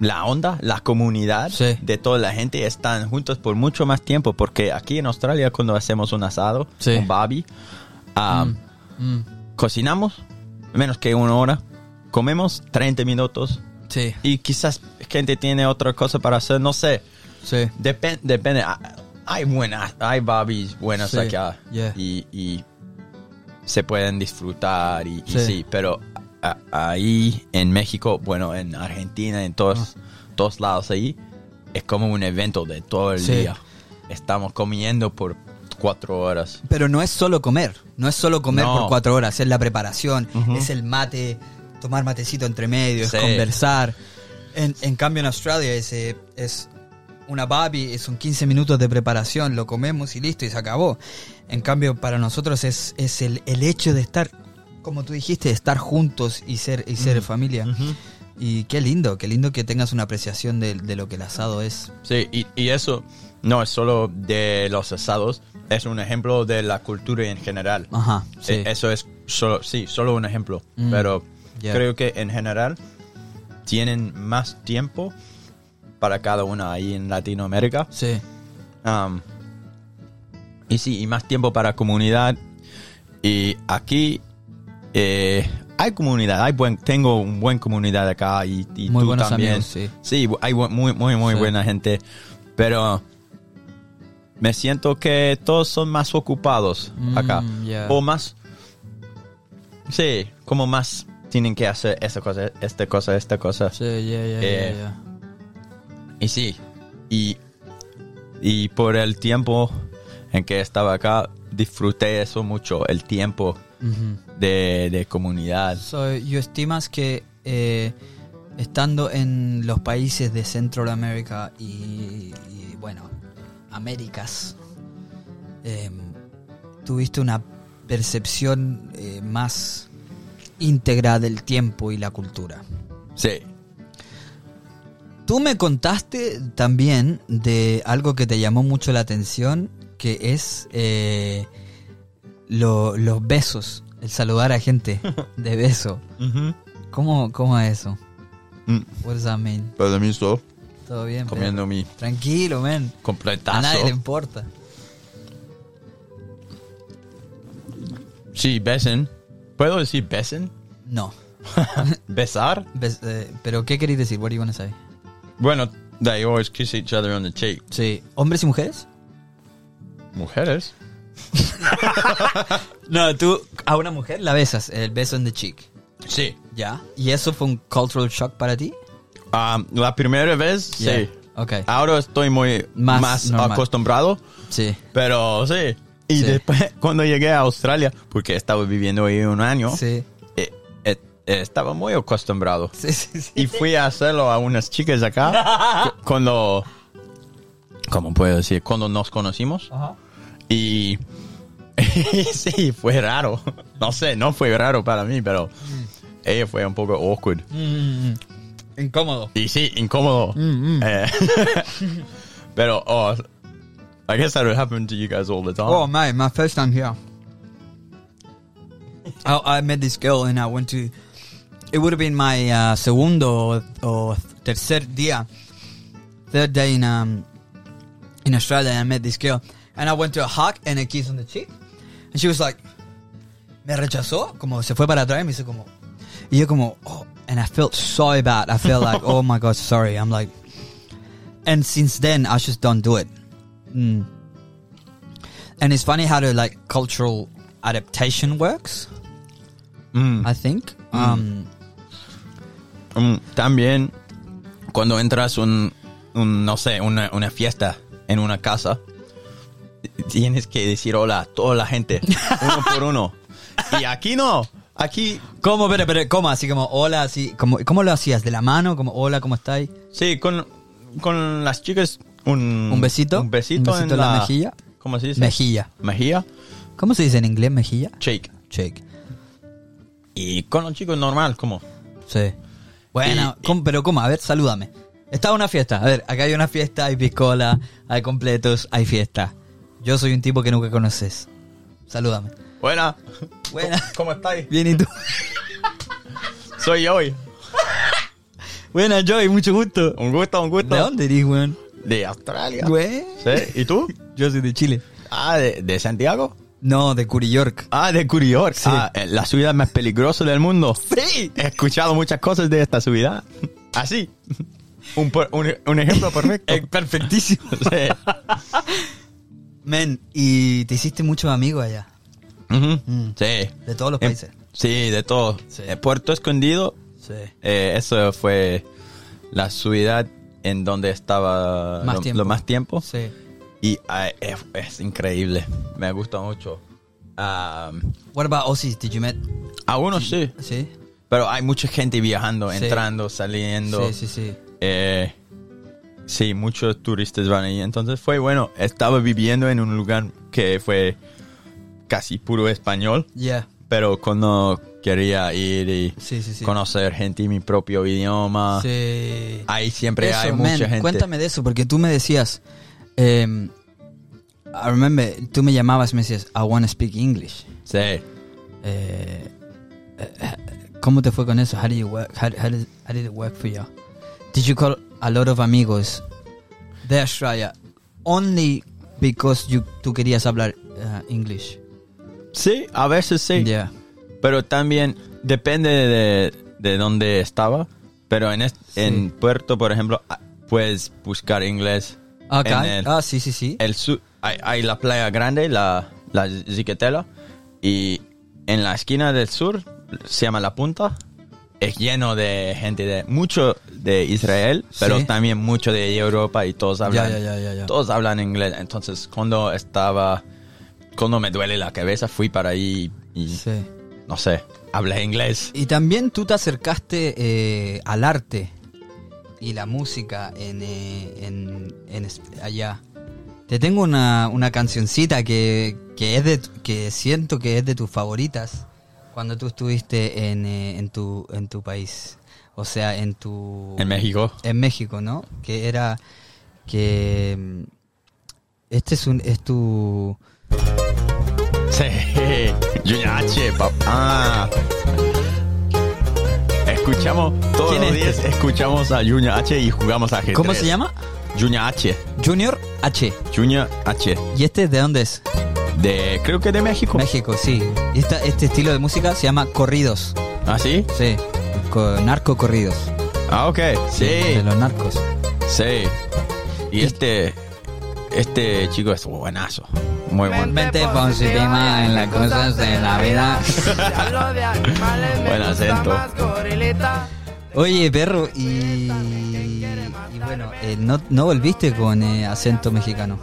S2: la onda, la comunidad
S1: Sí.
S2: de toda la gente están juntos por mucho más tiempo porque aquí en Australia cuando hacemos un asado,
S1: Sí.
S2: un babi, ah,
S1: Mm,
S2: cocinamos menos que una hora, comemos 30 minutos
S1: sí,
S2: y quizás gente tiene otra cosa para hacer, no sé,
S1: sí.
S2: Depen- depende, ah, hay buenas, hay babis buenas
S1: Sí,
S2: acá
S1: yeah.
S2: y, y se pueden disfrutar y y sí,
S1: Sí.
S2: pero a- ahí en México, bueno, en Argentina, en todos,
S1: Ah.
S2: todos lados ahí, es como un evento de todo el
S1: Sí.
S2: día. Estamos comiendo por cuatro horas.
S1: Pero no es solo comer, no es solo comer
S2: No.
S1: por cuatro horas, es la preparación,
S2: Ujú.
S1: es el mate, tomar matecito entre medio,
S2: Sí.
S1: es conversar. En, en cambio en Australia es, eh, es una babi, son 15 minutos de preparación, lo comemos y listo y se acabó. En cambio para nosotros es, es el, el hecho de estar, como tú dijiste, de estar juntos y ser, y ser familia. Y qué lindo, qué lindo que tengas una apreciación de, de lo que el asado es.
S2: Sí, y, y eso no es solo de los asados, es un ejemplo de la cultura en general. E-,
S1: Ajá, Ah, sí. Mm.
S2: Eh, Eso es solo, sí, solo un ejemplo. Pero
S1: Ya.
S2: Creo que en general tienen más tiempo para cada una ahí en Latinoamérica.
S1: Sí.
S2: Am, y sí, y más tiempo para comunidad. Y aquí eh, hay comunidad, hay buen, tengo un buen comunidad acá y, y
S1: Muy
S2: tú
S1: buenos
S2: también.
S1: amigos, sí.
S2: bu- hay bu- muy, muy, muy
S1: Sí.
S2: buena gente. Pero me siento que todos son más ocupados
S1: Mm,
S2: acá.
S1: ya.
S2: O más. Sí, como más tienen que hacer esta cosa, esta cosa, esta cosa.
S1: Sí, ya, ya,
S2: Eh,
S1: ya, ya.
S2: Y sí. Y, y por el tiempo en que estaba acá, disfruté eso mucho, el tiempo
S1: Ujú.
S2: de, de comunidad.
S1: So, ¿Y estimas que eh, estando en los países de Centroamérica y, y, bueno, Américas, eh, tuviste una percepción eh, más íntegra del tiempo y la cultura?
S2: Sí.
S1: Tú me contaste también de algo que te llamó mucho la atención, que es eh, lo- los besos, el saludar a gente de beso. ¿Cómo, cómo es eso?
S2: Mm.
S1: What does that mean?
S2: Pero mí estoy
S1: ¿Todo bien? Pedro?
S2: comiendo mi
S1: Tranquilo, men. A nadie le
S2: completazo.
S1: importa.
S2: Sí, besen. ¿Puedo decir besen?
S1: No.
S2: ¿Besar?
S1: Ves- eh, ¿Pero qué queréis decir? What do you wanna say?
S2: Bueno, they always kiss each other on the cheek.
S1: Sí. ¿Hombres y mujeres?
S2: Mujeres.
S1: No, tú a una mujer la besas, el beso en the cheek.
S2: Sí.
S1: ¿Ya? ¿Y eso fue un cultural shock para ti?
S2: Ah, la primera vez,
S1: Ya.
S2: sí.
S1: Ok.
S2: Ahora estoy muy
S1: Más
S2: más
S1: normal.
S2: acostumbrado.
S1: Sí.
S2: Pero sí. Y
S1: Sí.
S2: después, cuando llegué a Australia, porque estaba viviendo ahí un año,
S1: Sí.
S2: eh, eh, eh, estaba muy acostumbrado.
S1: Sí, sí, sí.
S2: Y fui a hacerlo a unas chicas acá, cu- cuando, ¿cómo puedo decir? Cuando nos conocimos.
S1: Ajá.
S2: Y, sí, fue raro. No sé, no fue raro para mí, pero ella fue un poco awkward.
S1: Mm, incómodo.
S2: Y sí, incómodo.
S1: Mm, mm.
S2: Eh, pero, oh, I guess that would happen to you guys all the time.
S1: Oh, mate, my first time here. I, I met this girl and I went to. It would have been my uh, segundo or, or tercer día, third day in um in Australia. And I met this girl and I went to a hug and a kiss on the cheek, and she was like, me rechazó, como se fue para atrás, y me hizo como, y yo como, oh, and I felt so bad. I felt like, oh my god, sorry. I'm like, and since then I just don't do it. Mm. And it's funny how the like cultural adaptation works.
S2: Mm.
S1: I think. Um,
S2: Mm, también cuando entras un, un, no sé, una, una fiesta en una casa, tienes que decir hola a toda la gente, uno por uno. Y aquí no, aquí
S1: ¿Cómo? Pero, pero, ¿cómo? Así como, hola, así, como, ¿cómo lo hacías? ¿De la mano? Como, hola, ¿cómo estáis?
S2: sí, con, con las chicas un,
S1: ¿Un besito?
S2: Un besito,
S1: ¿Un besito en la mejilla?
S2: ¿Cómo se dice?
S1: Mejilla.
S2: Mejilla,
S1: ¿Cómo se dice en inglés mejilla?
S2: shake.
S1: Check.
S2: Y con los chicos normal, como
S1: Sí. Bueno,
S2: Y-
S1: ¿cómo- pero ¿cómo? A ver, salúdame. Está una fiesta. A ver, acá hay una fiesta, hay piscola, hay completos, hay fiesta. Yo soy un tipo que nunca conoces. Salúdame.
S2: Buena.
S1: Buena.
S2: ¿Cómo estáis?
S1: Bien, ¿y tú?
S2: Soy hoy.
S1: Buena, Joy, mucho gusto.
S2: Un gusto, un gusto.
S1: ¿De dónde eres, weón?
S2: De Australia.
S1: Güey.
S2: Sí, ¿Y tú?
S1: Yo soy de Chile.
S2: Ah, de- de Santiago.
S1: No, de Curiyork.
S2: Ah, de Curior.
S1: Sí.
S2: Ah, eh, la ciudad más peligrosa del mundo.
S1: Sí.
S2: He escuchado muchas cosas de esta ciudad. Así. Un, por- un- un ejemplo perfecto.
S1: Es perfectísimo.
S2: Sí.
S1: Men, y te hiciste muchos amigos allá,
S2: Ujú.
S1: Mm.
S2: Sí.
S1: de todos los
S2: Em,
S1: países.
S2: Sí, de todo.
S1: Sí.
S2: Eh, Puerto Escondido,
S1: Sí.
S2: eh, eso fue la ciudad en donde estaba
S1: Más
S2: lo,
S1: tiempo.
S2: lo más tiempo.
S1: Sí.
S2: Y ah, es, es increíble. Me gusta mucho. Ah,
S1: What about Aussies? Did you met?
S2: algunos sí.
S1: Sí.
S2: Pero hay mucha gente viajando,
S1: Sí.
S2: entrando, saliendo.
S1: Sí, sí, sí.
S2: Eh, sí, muchos turistas van ahí. Entonces fue bueno. Estaba viviendo en un lugar que fue casi puro español,
S1: Yeah.
S2: pero cuando quería ir y
S1: Sí, sí, sí.
S2: conocer gente y mi propio idioma,
S1: Sí.
S2: ahí siempre
S1: Eso,
S2: hay
S1: man,
S2: mucha gente.
S1: Cuéntame de eso, porque tú me decías. em, I remember, tú me llamabas y me decías, I want to speak English.
S2: Sí.
S1: Eh, eh, ¿Cómo te fue con eso? How did, you work, how, how did, how did it work for you? Did you call a lot of amigos de Australia only because you, tú querías hablar uh, English?
S2: Sí, a veces sí.
S1: Yeah.
S2: Pero también depende de, de dónde estaba. Pero en, est- en Puerto, por ejemplo, a- puedes buscar inglés.
S1: Ok.
S2: En el-
S1: Ah, sí, sí, sí.
S2: El su- hay, hay la playa grande, la, la Ziquetela. Y en la esquina del sur, se llama La Punta, es lleno de gente, de mucho de Israel, pero
S1: Sí.
S2: también mucho de Europa y todos hablan,
S1: ya, ya, ya, ya.
S2: Todos hablan inglés. Entonces, cuando estaba, cuando me duele la cabeza, fui para ahí y,
S1: Sí.
S2: no sé, hablé inglés.
S1: Y también tú te acercaste eh, al arte y la música en, eh, en- en es- allá. Te tengo una, una cancioncita que, que es de, tu- que siento que es de tus favoritas cuando tú estuviste en, eh, en tu, en tu país. O sea, en tu...
S2: En México.
S1: En México, ¿no? Que era... Que... mm, Este es, un, es tu...
S2: Sí, Junior H, papá. Escuchamos todos
S1: ¿Quién
S2: los
S1: es
S2: días, escuchamos a Junior H y jugamos a ajedrez.
S1: ¿Cómo se llama?
S2: Junior H.
S1: Junior H.
S2: Junior H.
S1: ¿Y este de dónde es?
S2: De, creo que de México.
S1: México, sí. Y esta- este estilo de música se llama corridos.
S2: ¿Ah, sí?
S1: Sí. Co- narco corridos.
S2: Ah, ok. Sí,
S1: De los narcos.
S2: sí. Y
S1: Y-
S2: este, este chico es buenazo. Muy bueno.
S1: Vente con su tema en las cosas de la vida.
S2: Buen
S3: Buen
S2: acento.
S1: Oye, perro, y, y bueno, eh, no, no volviste con eh, acento mexicano.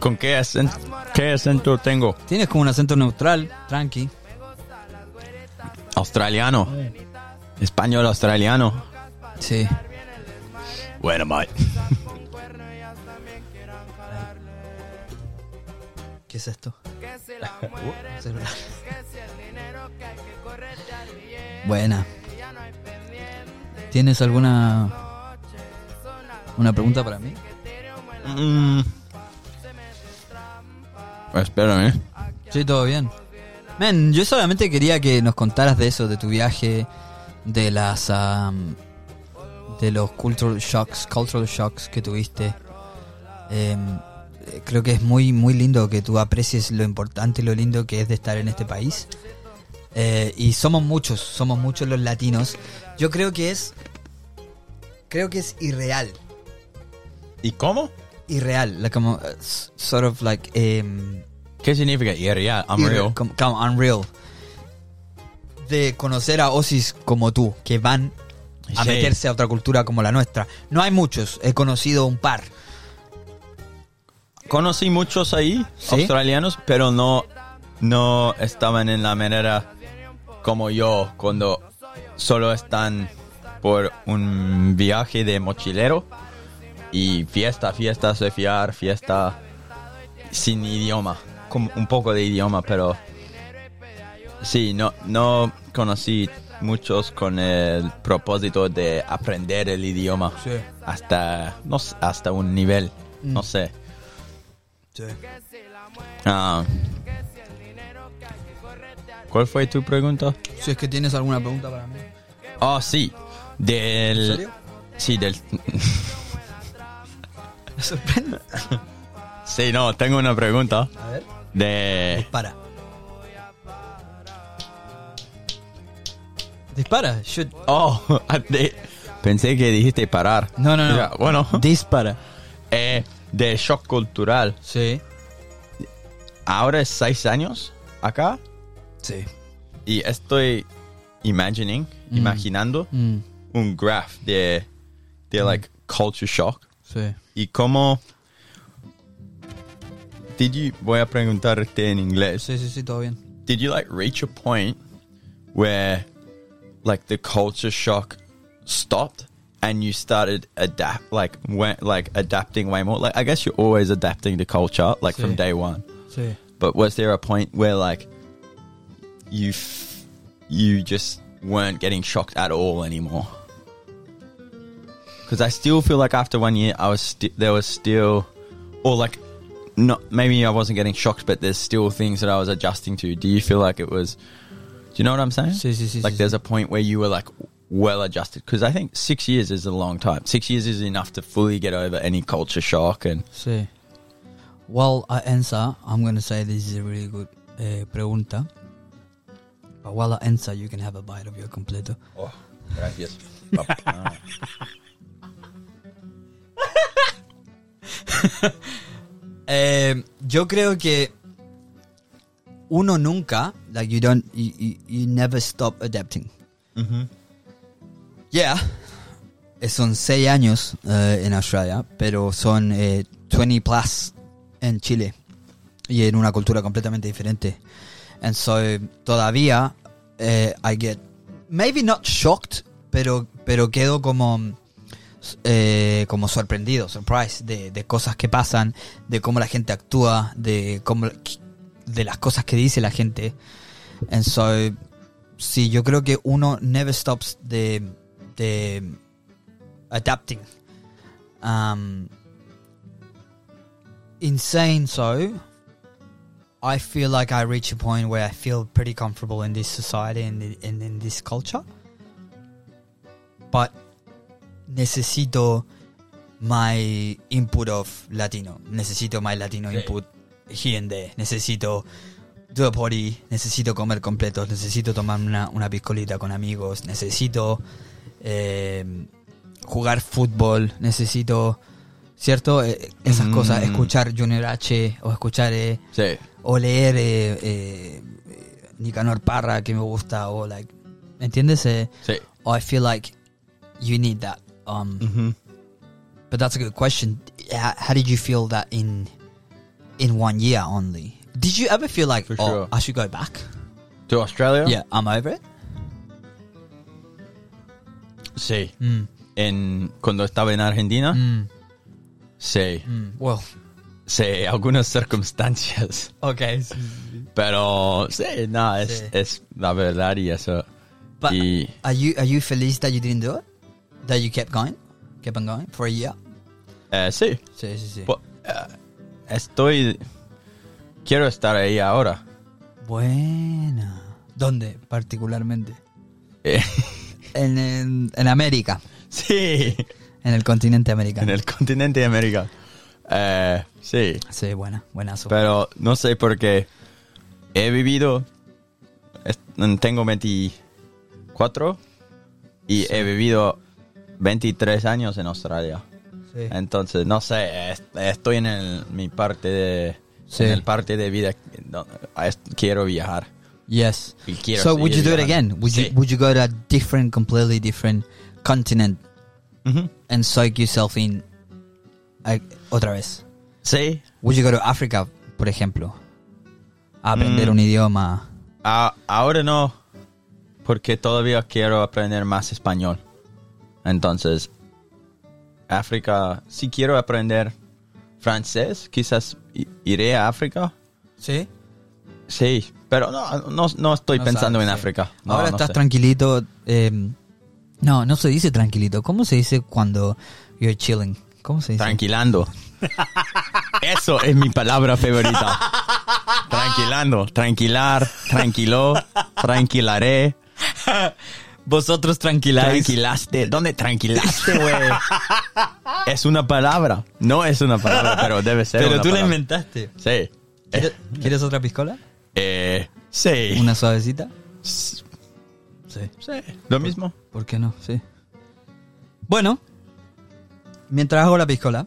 S2: ¿Con qué acento, qué acento tengo?
S1: Tienes como un acento neutral, tranqui.
S2: Australiano. Español australiano.
S1: Sí.
S2: Bueno, mate.
S1: ¿Qué es esto? Uh, celular. Buena. ¿Tienes alguna una pregunta para mí?
S2: Mm. Espérame.
S1: Sí, todo bien. Men, yo solamente quería que nos contaras de eso, de tu viaje, de las am, de los cultural shocks, cultural shocks que tuviste. Em, eh, creo que es muy muy lindo que tú aprecies lo importante y lo lindo que es de estar en este país. Eh, y somos muchos, somos muchos los latinos. Yo creo que es creo que es irreal
S2: ¿Y cómo?
S1: irreal, like como uh, s- sort of like em,
S2: ¿Qué significa irreal? I'm
S1: irre-
S2: real.
S1: como- como unreal. De conocer a Osis como tú, que van a
S2: Sí.
S1: meterse a otra cultura como la nuestra. No hay muchos, he conocido un par.
S2: Conocí muchos ahí,
S1: ¿Sí?
S2: australianos, pero no, no estaban en la manera como yo, cuando solo están por un viaje de mochilero y fiesta, fiesta, surfear, fiesta sin idioma, como un poco de idioma, pero sí, no, no conocí muchos con el propósito de aprender el idioma hasta, no, s- hasta un nivel, no sé. Ah. ¿Cuál fue tu pregunta?
S1: Si es que tienes alguna pregunta para mí.
S2: Ah, sí. Del.
S1: ¿En serio?
S2: Sí, del.
S1: Me sorprende.
S2: Sí, no, tengo una pregunta.
S1: A ver.
S2: De.
S1: Eh. Dispara. Dispara. shoot.
S2: Oh, de- pensé que dijiste parar.
S1: No, no, no.
S2: Ya, bueno,
S1: Dispara.
S2: eh, de shock cultural.
S1: Sí.
S2: Ahora es seis años acá
S1: Sí.
S2: y estoy imagining,
S1: Mm.
S2: imaginando
S1: Mm,
S2: un graph de, de like culture shock.
S1: sí.
S2: ¿Y cómo? Did you, voy a preguntarte en inglés.
S1: Sí, sí, sí, todo bien.
S2: Did you like reach a point where like the culture shock stopped and you started adapt like went like adapting way more? Like I guess you're always adapting to culture like from
S1: Sí.
S2: day one.
S1: Sí.
S2: But was there a point where like you f- you just weren't getting shocked at all anymore? Because I still feel like after one year, I was sti- there was still, or like, not maybe I wasn't getting shocked, but there's still things that I was adjusting to. Do you feel like it was Do you know what I'm saying?
S1: Sí, sí, sí,
S2: Like
S1: sí,
S2: there's a point where you were like well adjusted because I think six years is a long time. Six years is enough to fully get over any culture shock and
S1: Sí. While I answer, I'm going to say this is a really good eh, pregunta. But while I answer, you can have a bite of your completo.
S2: oh, gracias.
S1: Eh, yo creo que uno nunca, like you don't, you, you, you never stop adapting. Yeah. Eh, Son seis años eh, en Australia, pero son eh, 20 plus en Chile y en una cultura completamente diferente. And so todavía eh, I get maybe not shocked, pero pero quedo como eh, como sorprendido, surprise de, de cosas que pasan, de cómo la gente actúa, de cómo de las cosas que dice la gente. And so sí, yo creo que uno never stops de, de adapting. Um, in saying so, I feel like I reach a point where I feel pretty comfortable in this society and in, and in this culture. But necesito my input of Latino. Necesito my Latino
S2: Sí.
S1: input here and there. Necesito do a party. Necesito comer completos. Necesito tomar una, una piscolita con amigos. Necesito eh, jugar fútbol. Necesito, ¿cierto? Eh, esas
S2: Mm.
S1: cosas. Escuchar Junior H o escuchar... eh,
S2: Sí.
S1: o leer eh, eh, eh, Nicanor Parra que me gusta o like ¿me entiendes? Eh,
S2: Sí.
S1: I feel like you need that um, but that's a good question how, how did you feel that in in one year only did you ever feel like
S2: For
S1: oh
S2: sure.
S1: I should go back
S2: To Australia?
S1: yeah I'm over it
S2: Sí.
S1: mm,
S2: En, cuando estaba en Argentina,
S1: mm,
S2: sí.
S1: mm. well
S2: Sí, algunas circunstancias.
S1: okay
S2: Pero sí, no, es,
S1: Sí.
S2: es la verdad y eso.
S1: but
S2: y
S1: are you are you feliz that you didn't do it that you kept going kept on going for a year
S2: eh, sí,
S1: sí, sí, sí.
S2: po- eh, estoy... Quiero estar ahí ahora.
S1: buena ¿dónde particularmente?
S2: Eh,
S1: En, en- en América,
S2: sí,
S1: en el continente
S2: en
S1: americano.
S2: el continente de América. Eh, sí,
S1: Sí, buena, buenazo.
S2: pero no sé por qué he vivido... es- Tengo 24 y he vivido 23 años en Australia.
S1: Sí.
S2: Entonces, no sé, es- estoy en el- mi parte de...
S1: Sí.
S2: En el parte de vida, no, es- quiero viajar.
S1: Yes.
S2: Y quiero
S1: So would you
S2: seguir
S1: do it
S2: viajando.
S1: again? Would you
S2: Sí.
S1: would you go to a different, completely different continent
S2: Ujú.
S1: and soak yourself in like, otra vez?
S2: Sí.
S1: Would you go to Africa, por ejemplo? A aprender
S2: Mm.
S1: un idioma.
S2: A- ahora no, porque todavía quiero aprender más español. Entonces, África, si quiero aprender francés, quizás i- iré a África.
S1: Sí.
S2: Sí, pero no, no, no estoy
S1: No
S2: pensando
S1: sabes,
S2: en
S1: sí.
S2: África. No,
S1: Ahora
S2: no
S1: estás
S2: sé.
S1: tranquilito. eh, no, no se dice tranquilito. ¿Cómo se dice cuando you're chilling? ¿Cómo se dice?
S2: Tranquilando. Eso es mi palabra favorita. Tranquilando, tranquilar, tranquilo, tranquilaré,
S1: Vosotros tranquiláis.
S2: tranquilaste. ¿Dónde tranquilaste, güey? Es una palabra. No es una palabra, pero debe ser.
S1: Pero
S2: una
S1: tú la
S2: palabra. Eh,
S1: inventaste.
S2: Sí.
S1: ¿Quieres, quieres otra piscola?
S2: Eh, sí.
S1: ¿Una suavecita?
S2: Sí.
S1: Sí.
S2: Lo mismo.
S1: ¿Por qué no? Sí. Bueno, mientras hago la piscola.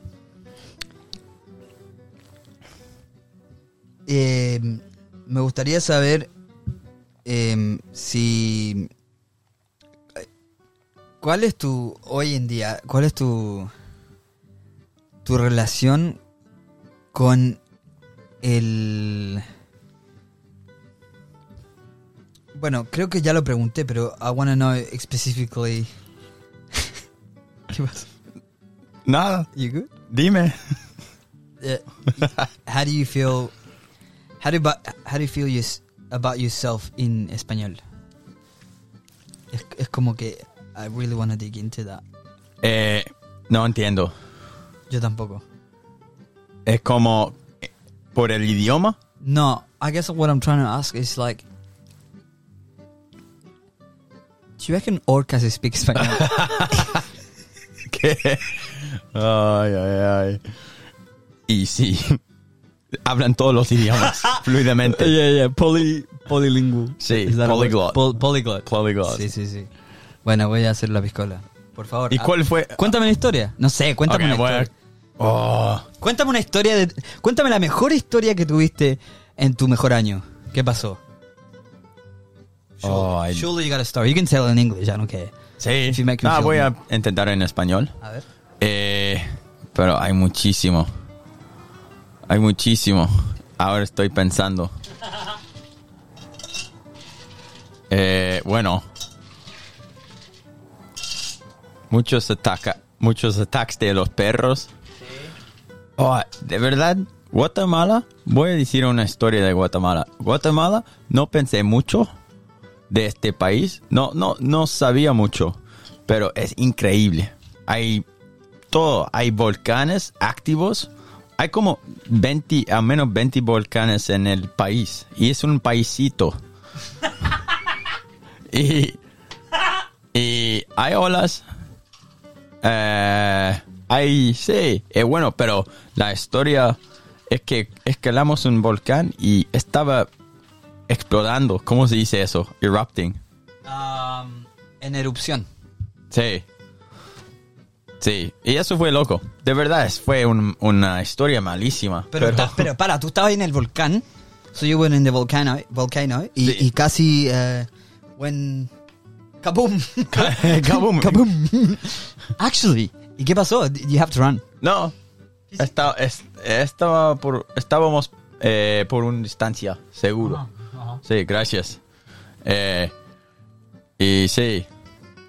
S1: eh, me gustaría saber eh, si. ¿Cuál es tu. hoy en día, cuál es tu. tu relación con el. Bueno, creo que ya lo pregunté, pero I want to know specifically. ¿Qué pasa?
S2: Nada.
S1: You good?
S2: Dime.
S1: Uh, how do you feel? How do you, ba- how do you feel yours- about yourself in español? Es, es como que I really want to dig into that.
S2: Eh, no entiendo.
S1: Yo tampoco.
S2: Es como eh, por el idioma.
S1: No, I guess what I'm trying to ask is like, Do you reckon orcas speak Spanish?
S2: ¿Qué? Ay, ay, ay. Y sí. Hablan todos los idiomas fluidamente.
S1: yeah, yeah, poly, polylingual.
S2: Sí,
S1: Is that a word?
S2: polyglot.
S1: Pol- polyglot.
S2: Polyglot.
S1: Sí, sí, sí. Bueno, voy a hacer la piscola. Por favor.
S2: ¿Y
S1: ah,
S2: cuál fue?
S1: Cuéntame una historia. No sé, cuéntame
S2: Ok,
S1: una
S2: voy a-
S1: historia.
S2: Oh.
S1: Cuéntame una historia de. Cuéntame la mejor historia que tuviste en tu mejor año. ¿Qué pasó?
S2: Oh, I-
S1: surely you got a story. You can tell it in English, I don't care.
S2: Sí.
S1: If you make me
S2: Ah,
S1: feel
S2: voy
S1: me.
S2: a intentar en español.
S1: A ver.
S2: Eh, pero hay muchísimo. Hay muchísimo. Ahora estoy pensando. Eh, bueno. Muchos ataca, muchos ataques de los perros. Oh, de verdad, Guatemala. Voy a decir una historia de Guatemala. Guatemala, no pensé mucho de este país. No, no, no sabía mucho, pero es increíble. Hay todo, hay volcanes activos. Hay como 20, al menos 20 volcanes en el país. Y es un paisito. y, y hay olas. Eh, hay, sí, es bueno, pero la historia es que escalamos un volcán y estaba explodando. ¿Cómo se dice eso? Erupting.
S1: Um, en erupción.
S2: Sí. Sí, y eso fue loco. De verdad, es- fue un- una historia malísima.
S1: Pero, ta- pero para, tú estabas en el volcán. So you went in the volcano, volcano y,
S2: Sí.
S1: y casi eh, when kaboom,
S2: Kaboom.
S1: kaboom. Actually, ¿y qué pasó? You have to run.
S2: No, esta- es- estaba por, estábamos eh, por una distancia, seguro. Sí, gracias. Eh, y sí,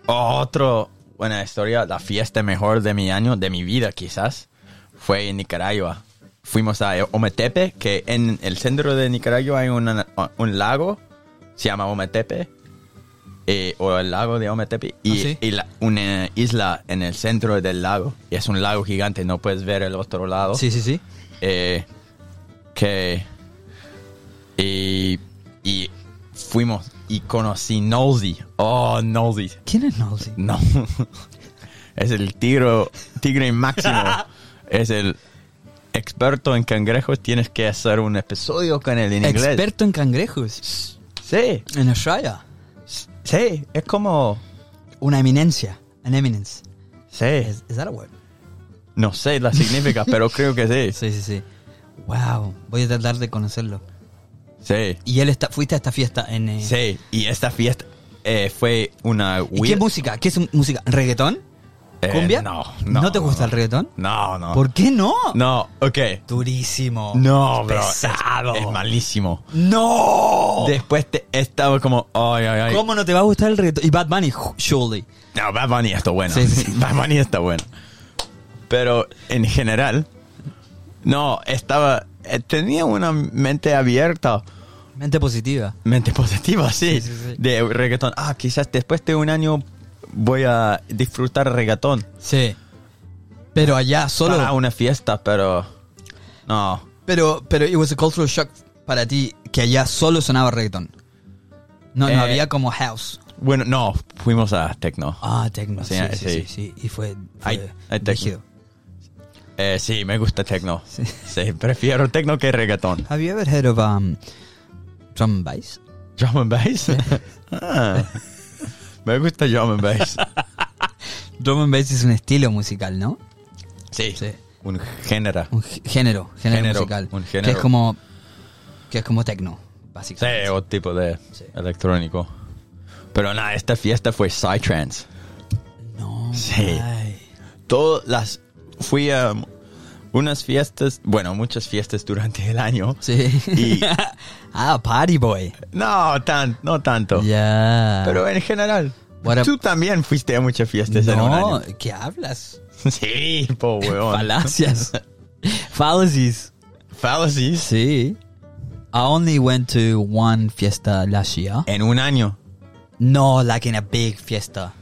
S2: otro buena historia, la fiesta mejor de mi año, de mi vida quizás, fue en Nicaragua. Fuimos a Ometepe, que en el centro de Nicaragua hay una- un lago, se llama Ometepe, eh, o el lago de Ometepe, y,
S1: Ah, sí.
S2: y la- una isla en el centro del lago. Y es un lago gigante, no puedes ver el otro lado
S1: Sí, sí, sí.
S2: eh, que y, y fuimos y conocí Nosy. Oh, Nosy.
S1: ¿Quién es Nosy?
S2: No. es el tigre, tigre máximo. es el experto en cangrejos. Tienes que hacer un episodio con él en inglés.
S1: Experto en cangrejos.
S2: Sí,
S1: En Australia.
S2: sí, es como...
S1: Una eminencia. An eminence.
S2: Sí,
S1: Is, is that a word?
S2: no sé la significa, pero creo que sí.
S1: Sí, sí, sí. Wow. Voy a tratar de conocerlo.
S2: Sí,
S1: Y él está, fuiste a esta fiesta en... eh,
S2: sí. Y esta fiesta eh, fue una...
S1: ¿Y qué
S2: weird-
S1: música? ¿Qué es un- música? ¿Reggaetón?
S2: Eh,
S1: ¿Cumbia?
S2: no, no.
S1: no. te gusta el reggaetón?
S2: No, no.
S1: ¿Por qué no?
S2: No, ok.
S1: Durísimo.
S2: No, bro. es-
S1: Pesado.
S2: Es, malísimo.
S1: ¡No!
S2: Oh. Después te, estaba como, ay, ay, ay.
S1: ¿Cómo no te va a gustar el reggaetón? Y Bad Bunny, surely.
S2: No, Bad Bunny está bueno.
S1: Sí, sí.
S2: Bad Bunny está bueno. Pero en general, no, estaba. eh, Tenía una mente abierta,
S1: Mente positiva.
S2: mente positiva, sí,
S1: Sí, sí, sí.
S2: de reggaetón. Ah, quizás después de un año voy a disfrutar reggaetón
S1: Sí. Pero allá, solo...
S2: para una fiesta, pero. No.
S1: Pero, pero it was a cultural shock para ti que allá solo sonaba reggaeton. No,
S2: Eh,
S1: no había como house.
S2: Bueno, no, fuimos a techno.
S1: Ah, techno. Sí,
S2: sí,
S1: sí,
S2: sí.
S1: sí, sí. Y fue, fue
S2: Hay- hay
S1: rígido.
S2: Eh, sí, me gusta techno.
S1: Sí.
S2: Sí, prefiero techno que reggaetón.
S1: Have you ever heard of um, drum and bass?
S2: Drum and bass. Ah. Me gusta drum and bass.
S1: Drum and bass es un estilo musical, ¿no?
S2: Sí.
S1: Sí.
S2: Un género.
S1: Un gé- género, género,
S2: Género,
S1: musical.
S2: un
S1: Que
S2: género.
S1: es como, que es como techno,
S2: Sí,
S1: básicamente.
S2: o tipo de
S1: Sí.
S2: electrónico. Pero nada, esta fiesta fue Psytrance.
S1: No.
S2: Sí.
S1: ay.
S2: Todas las... Fui a unas fiestas, bueno, muchas fiestas durante el año.
S1: Sí.
S2: Y-
S1: ah, party boy.
S2: No, tan, no tanto.
S1: Ya.
S2: Oh.
S1: Ah.
S2: Pero en general.
S1: What a-
S2: Tú también fuiste a muchas fiestas en un
S1: no,
S2: año.
S1: ¿qué hablas?
S2: Sí, po, weón.
S1: Falacias. Fallacies.
S2: Fallacies.
S1: Sí. I only went to one fiesta last year.
S2: En un año.
S1: No, like in a big fiesta.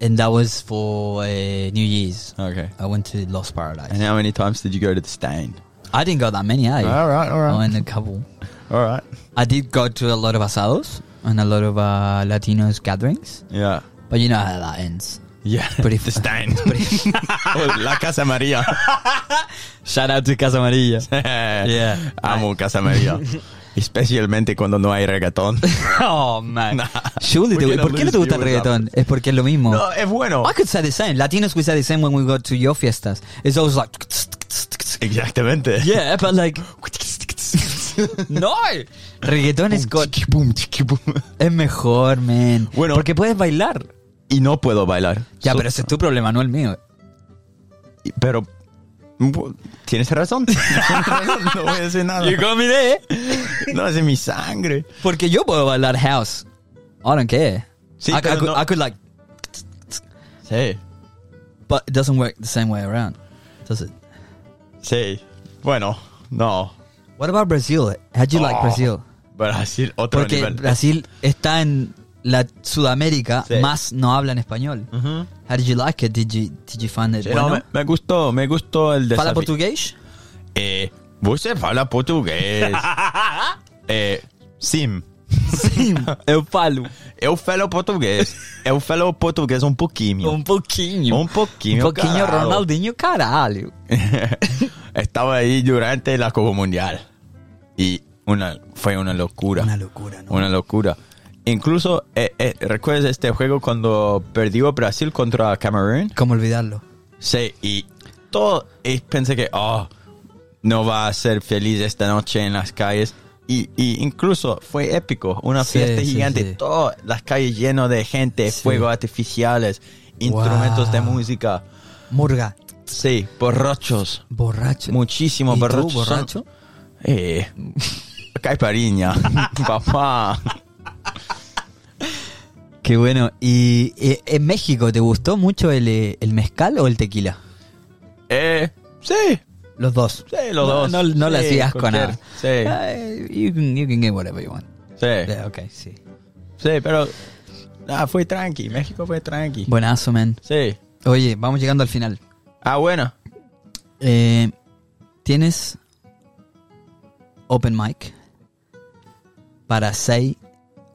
S1: And that was for uh, New Year's.
S2: Okay.
S1: I went to Lost Paradise.
S2: And how many times did you go to the stain?
S1: I didn't go that many, eh? I.
S2: All right, all right.
S1: I went a couple.
S2: All right.
S1: I did go to a lot of asados. and a lot of uh, Latinos gatherings.
S2: Yeah.
S1: But you know how that ends.
S2: Yeah.
S1: Pretty fu-
S2: the Stein. Oh, La Casa María.
S1: Shout out to Casa Amarilla. Yeah.
S2: Amo Casa María. Especialmente cuando no hay reggaetón.
S1: oh man.
S2: Nah.
S1: Surely,
S2: We're
S1: te-
S2: gonna
S1: ¿por qué no te
S2: lose
S1: gusta el
S2: viewers
S1: reggaetón? Es porque es lo mismo.
S2: No, es bueno.
S1: I could say the same. Latinos, we say the same when we go to your fiestas. It's always like,
S2: Exactamente.
S1: yeah, but like, no. Reggaetón es, got-
S2: Chiquibum, chiquibum.
S1: es mejor, man.
S2: Bueno.
S1: porque puedes bailar.
S2: Y no puedo bailar.
S1: Ya,
S2: So-
S1: pero ese es tu problema, no el mío.
S2: Pero. bu- Tienes razón. Tienes razón. No voy a decir nada.
S1: got me there.
S2: No, es de mi sangre.
S1: Porque yo puedo bailar house. I don't care.
S2: Sí,
S1: I, I
S2: pero
S1: could,
S2: no-
S1: I could like,
S2: Sí.
S1: but it doesn't work the same way around, does it?
S2: Sí. Bueno, no.
S1: What about Brazil? How do you like
S2: Oh,
S1: Brazil?
S2: Brasil, otro
S1: Porque
S2: nivel.
S1: Brasil está en la Sudamérica,
S2: Sí.
S1: más no hablan español.
S2: Ujú.
S1: How did you like it? Did you, did you find it
S2: Sí,
S1: bueno?
S2: no, me, me gustó, me gustó el desafío.
S1: ¿Fala portugués?
S2: Eh, você fala portugués. eh, sim.
S1: Sim, eu falo.
S2: Eu falo português. Eu falo português um pouquinho.
S1: Um pouquinho.
S2: Um pouquinho,
S1: Um pouquinho,
S2: caralho.
S1: Ronaldinho, caralho.
S2: Estaba ahí durante la Copa Mundial. E Y una, fue una locura.
S1: Una locura, ¿no?
S2: Una locura. Incluso, eh, eh, ¿recuerdas este juego cuando perdió Brasil contra Camerún?
S1: ¿Cómo olvidarlo?
S2: Sí, y todo. Y pensé que, oh, no va a ser feliz esta noche en las calles. Y, y incluso fue épico. Una
S1: Sí,
S2: fiesta
S1: sí,
S2: gigante.
S1: sí.
S2: Todas las calles llenas de gente,
S1: Sí.
S2: fuegos artificiales, instrumentos de música.
S1: Murga,
S2: Sí, borrachos.
S1: borracho.
S2: Muchísimo
S1: ¿Y tú,
S2: borracho.
S1: borracho?
S2: Eh, caipirinha, papá.
S1: Qué bueno. ¿Y eh, en México te gustó mucho el, eh, el mezcal o el tequila?
S2: Eh, sí,
S1: Los dos.
S2: sí, los
S1: no,
S2: dos.
S1: No, no le
S2: Sí,
S1: hacías con
S2: cualquier-
S1: nada.
S2: Sí,
S1: Eh, you, can, you can get whatever you want.
S2: sí,
S1: Yeah, okay, sí.
S2: sí, pero... Ah, fue tranqui, México fue tranqui.
S1: Buenazo, man.
S2: Sí.
S1: Oye, vamos llegando al final.
S2: Ah, bueno.
S1: Eh, Tienes open mic para say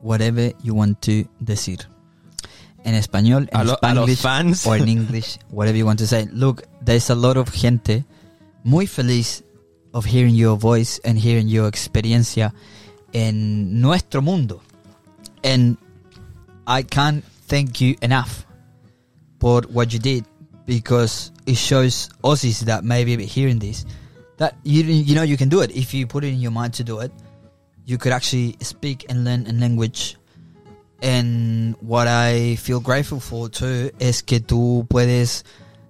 S1: whatever you want to decir. En español, en
S2: A lo- a los
S1: Spanglish,
S2: fans.
S1: o en English, whatever you want to say. Look, there's a lot of gente muy feliz of hearing your voice and hearing your experiencia en nuestro mundo. And I can't thank you enough for what you did because it shows Aussies that maybe hearing this that you you know you can do it if you put it in your mind to do it. You could actually speak and learn a language. And what I feel grateful for too is que tú puedes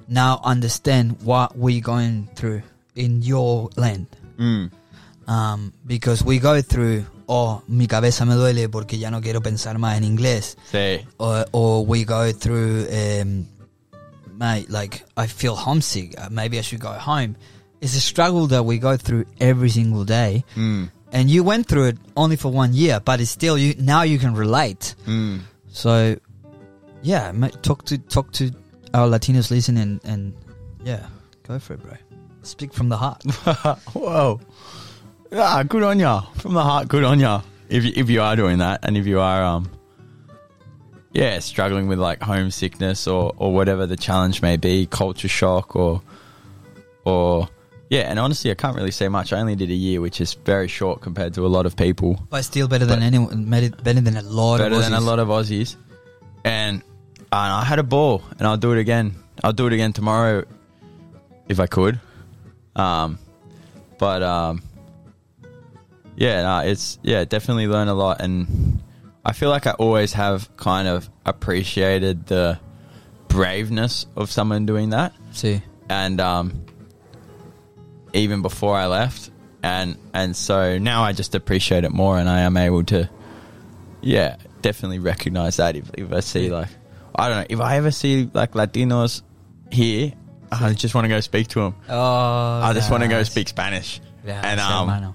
S1: now understand what we're going through in your land.
S2: Mm.
S1: Um, because we go through, oh, mi cabeza me duele porque ya no quiero pensar más en inglés
S2: Sí.
S1: or, or we go through, um, mate, like I feel homesick. Uh, maybe I should go home. It's a struggle that we go through every single day.
S2: Mm.
S1: And you went through it only for one year, but it's still you. Now you can relate.
S2: Mm.
S1: So, yeah, ma- talk to talk to our Latinos listen and and yeah, go for it, bro. Speak from the heart.
S2: Whoa. Ah, good on ya. From the heart, good on ya. If you, if you are doing that, and if you are, um, yeah, struggling with like homesickness or or whatever the challenge may be, culture shock or or yeah, and honestly, I can't really say much. I only did a year, which is very short compared to a lot of people.
S1: But still better than anyone. made it Better than a lot.
S2: better
S1: of
S2: than a
S1: Aussies.
S2: lot of Aussies. And, and I had a ball, and I'll do it again. I'll do it again tomorrow if I could. Um, but um, yeah, nah, it's yeah, definitely learn a lot, and I feel like I always have kind of appreciated the braveness of someone doing that
S1: See,
S2: and um, even before I left, and and so now I just appreciate it more, and I am able to, yeah, definitely recognize that if, if I see like I don't know if I ever see like Latinos here, I just want to go speak to them.
S1: oh,
S2: I just want to go
S1: nice.
S2: speak Spanish,
S1: Yeah,
S2: and
S1: sí,
S2: um,
S1: hermano.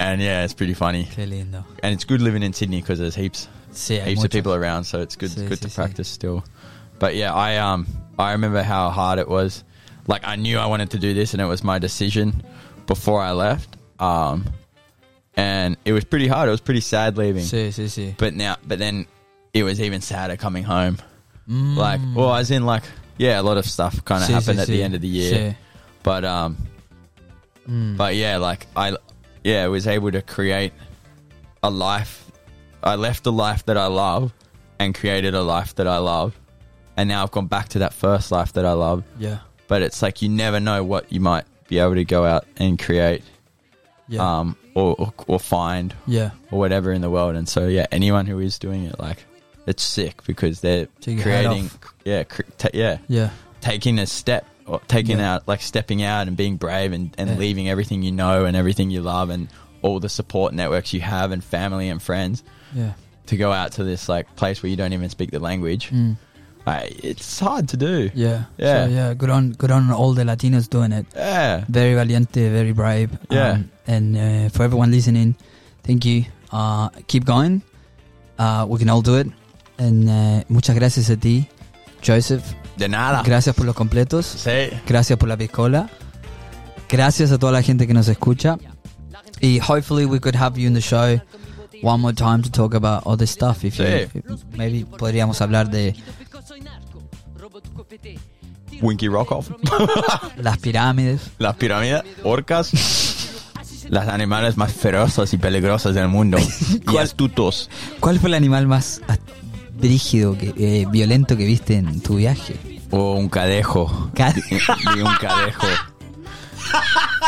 S2: and yeah, it's pretty funny,
S1: Qué lindo.
S2: and it's good living in Sydney because there's heaps
S1: Sí, hay
S2: heaps of
S1: muchos.
S2: people around, so it's good
S1: Sí,
S2: good
S1: sí,
S2: to
S1: sí.
S2: practice still. But yeah, I um I remember how hard it was. Like I knew I wanted to do this, and it was my decision before I left. Um, and it was pretty hard. It was pretty sad leaving.
S1: Sí, sí, sí.
S2: But now, but then it was even sadder coming home. Like, well, as in, like, yeah, a lot of stuff kind of
S1: Mm. Sí, sí,
S2: happened at
S1: sí.
S2: the end of the year. But um,
S1: Sí. Mm.
S2: but yeah, like I, yeah, was able to create a life. I left the life that I love and created a life that I love, and now I've gone back to that first life that I love.
S1: Yeah,
S2: But it's like you never know what you might be able to go out and create,
S1: yeah,
S2: um, or, or or find
S1: yeah.
S2: or whatever in the world. And so, yeah, anyone who is doing it, like, it's sick because they're
S1: Take your hat
S2: creating, yeah, cr- ta yeah,
S1: Yeah,
S2: taking a step, or taking
S1: Yeah.
S2: out, like, stepping out and being brave and, and
S1: Yeah.
S2: leaving everything you know and everything you love and all the support networks you have and family and friends
S1: yeah.
S2: to go out to this, like, place where you don't even speak the language.
S1: Mm.
S2: I, it's hard to do.
S1: Yeah.
S2: Yeah.
S1: So yeah, good on good on all the Latinos doing it.
S2: Yeah.
S1: Very valiente, very brave.
S2: Yeah.
S1: Um, and uh, for everyone listening, thank you. Uh, keep going. Uh, we can all do it. And uh, muchas gracias a ti, Joseph.
S2: De nada.
S1: Gracias por los completos.
S2: Sí.
S1: Gracias por la piscola. Gracias a toda la gente que nos escucha. Y hopefully we could have you in the show one more time to talk about other stuff. If
S2: Sí.
S1: you, maybe podríamos hablar de
S2: Winky Rockoff.
S1: las pirámides.
S2: Las pirámides, orcas, las animales más feroces y peligrosos del mundo. y astutos.
S1: ¿Cuál fue el animal más as- brígido, que, eh, violento que viste en tu viaje?
S2: O un cadejo.
S1: Ca-
S2: Vi vi un cadejo.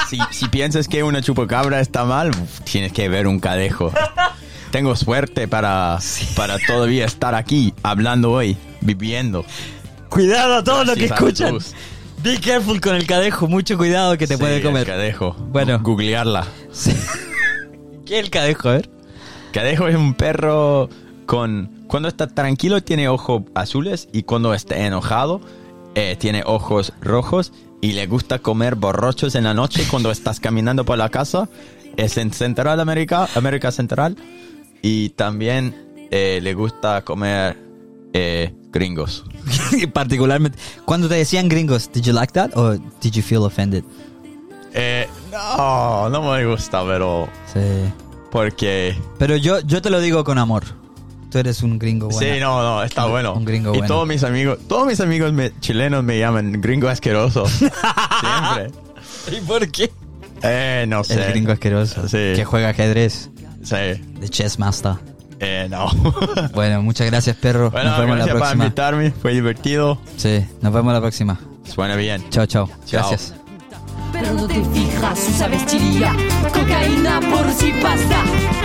S2: Si, si piensas que una chupacabra está mal, tienes que ver un cadejo. Tengo suerte para, para todavía estar aquí, hablando hoy, viviendo.
S1: Cuidado a todos los que
S2: Gracias a
S1: escuchan.
S2: Jesús.
S1: Be careful con el cadejo, mucho cuidado que te
S2: Sí,
S1: puede
S2: El
S1: comer.
S2: cadejo.
S1: Bueno.
S2: Googlearla.
S1: ¿Qué es el cadejo? A ver.
S2: Cadejo es un perro con... Cuando está tranquilo tiene ojos azules y cuando está enojado eh, tiene ojos rojos y le gusta comer borrachos en la noche cuando estás caminando por la casa. Es en Central América, América Central y también eh, le gusta comer eh, gringos.
S1: Particularmente, cuando te decían gringos, did you like that or did you feel offended?
S2: Eh, no, no me gusta, pero...
S1: Sí.
S2: Porque...
S1: Pero yo, yo te lo digo con amor. Tú eres un gringo bueno.
S2: Sí, no, no, está
S1: Un-
S2: bueno.
S1: un gringo
S2: y
S1: bueno.
S2: todos mis amigos, todos mis amigos me- chilenos me llaman gringo asqueroso. Siempre.
S1: ¿Y por qué?
S2: Eh, no
S1: El
S2: sé.
S1: gringo asqueroso.
S2: Sí.
S1: Que juega ajedrez.
S2: Sí.
S1: De chess master.
S2: Eh, no.
S1: Bueno, muchas gracias, perro.
S2: bueno,
S1: nos vemos la
S2: gracias por
S1: próxima.
S2: invitarme. Fue divertido.
S1: Sí, nos vemos la próxima.
S2: Suena bien.
S1: Chao, chao. Gracias.
S3: Pero no te fijas, usa vestiría Cocaína por si basta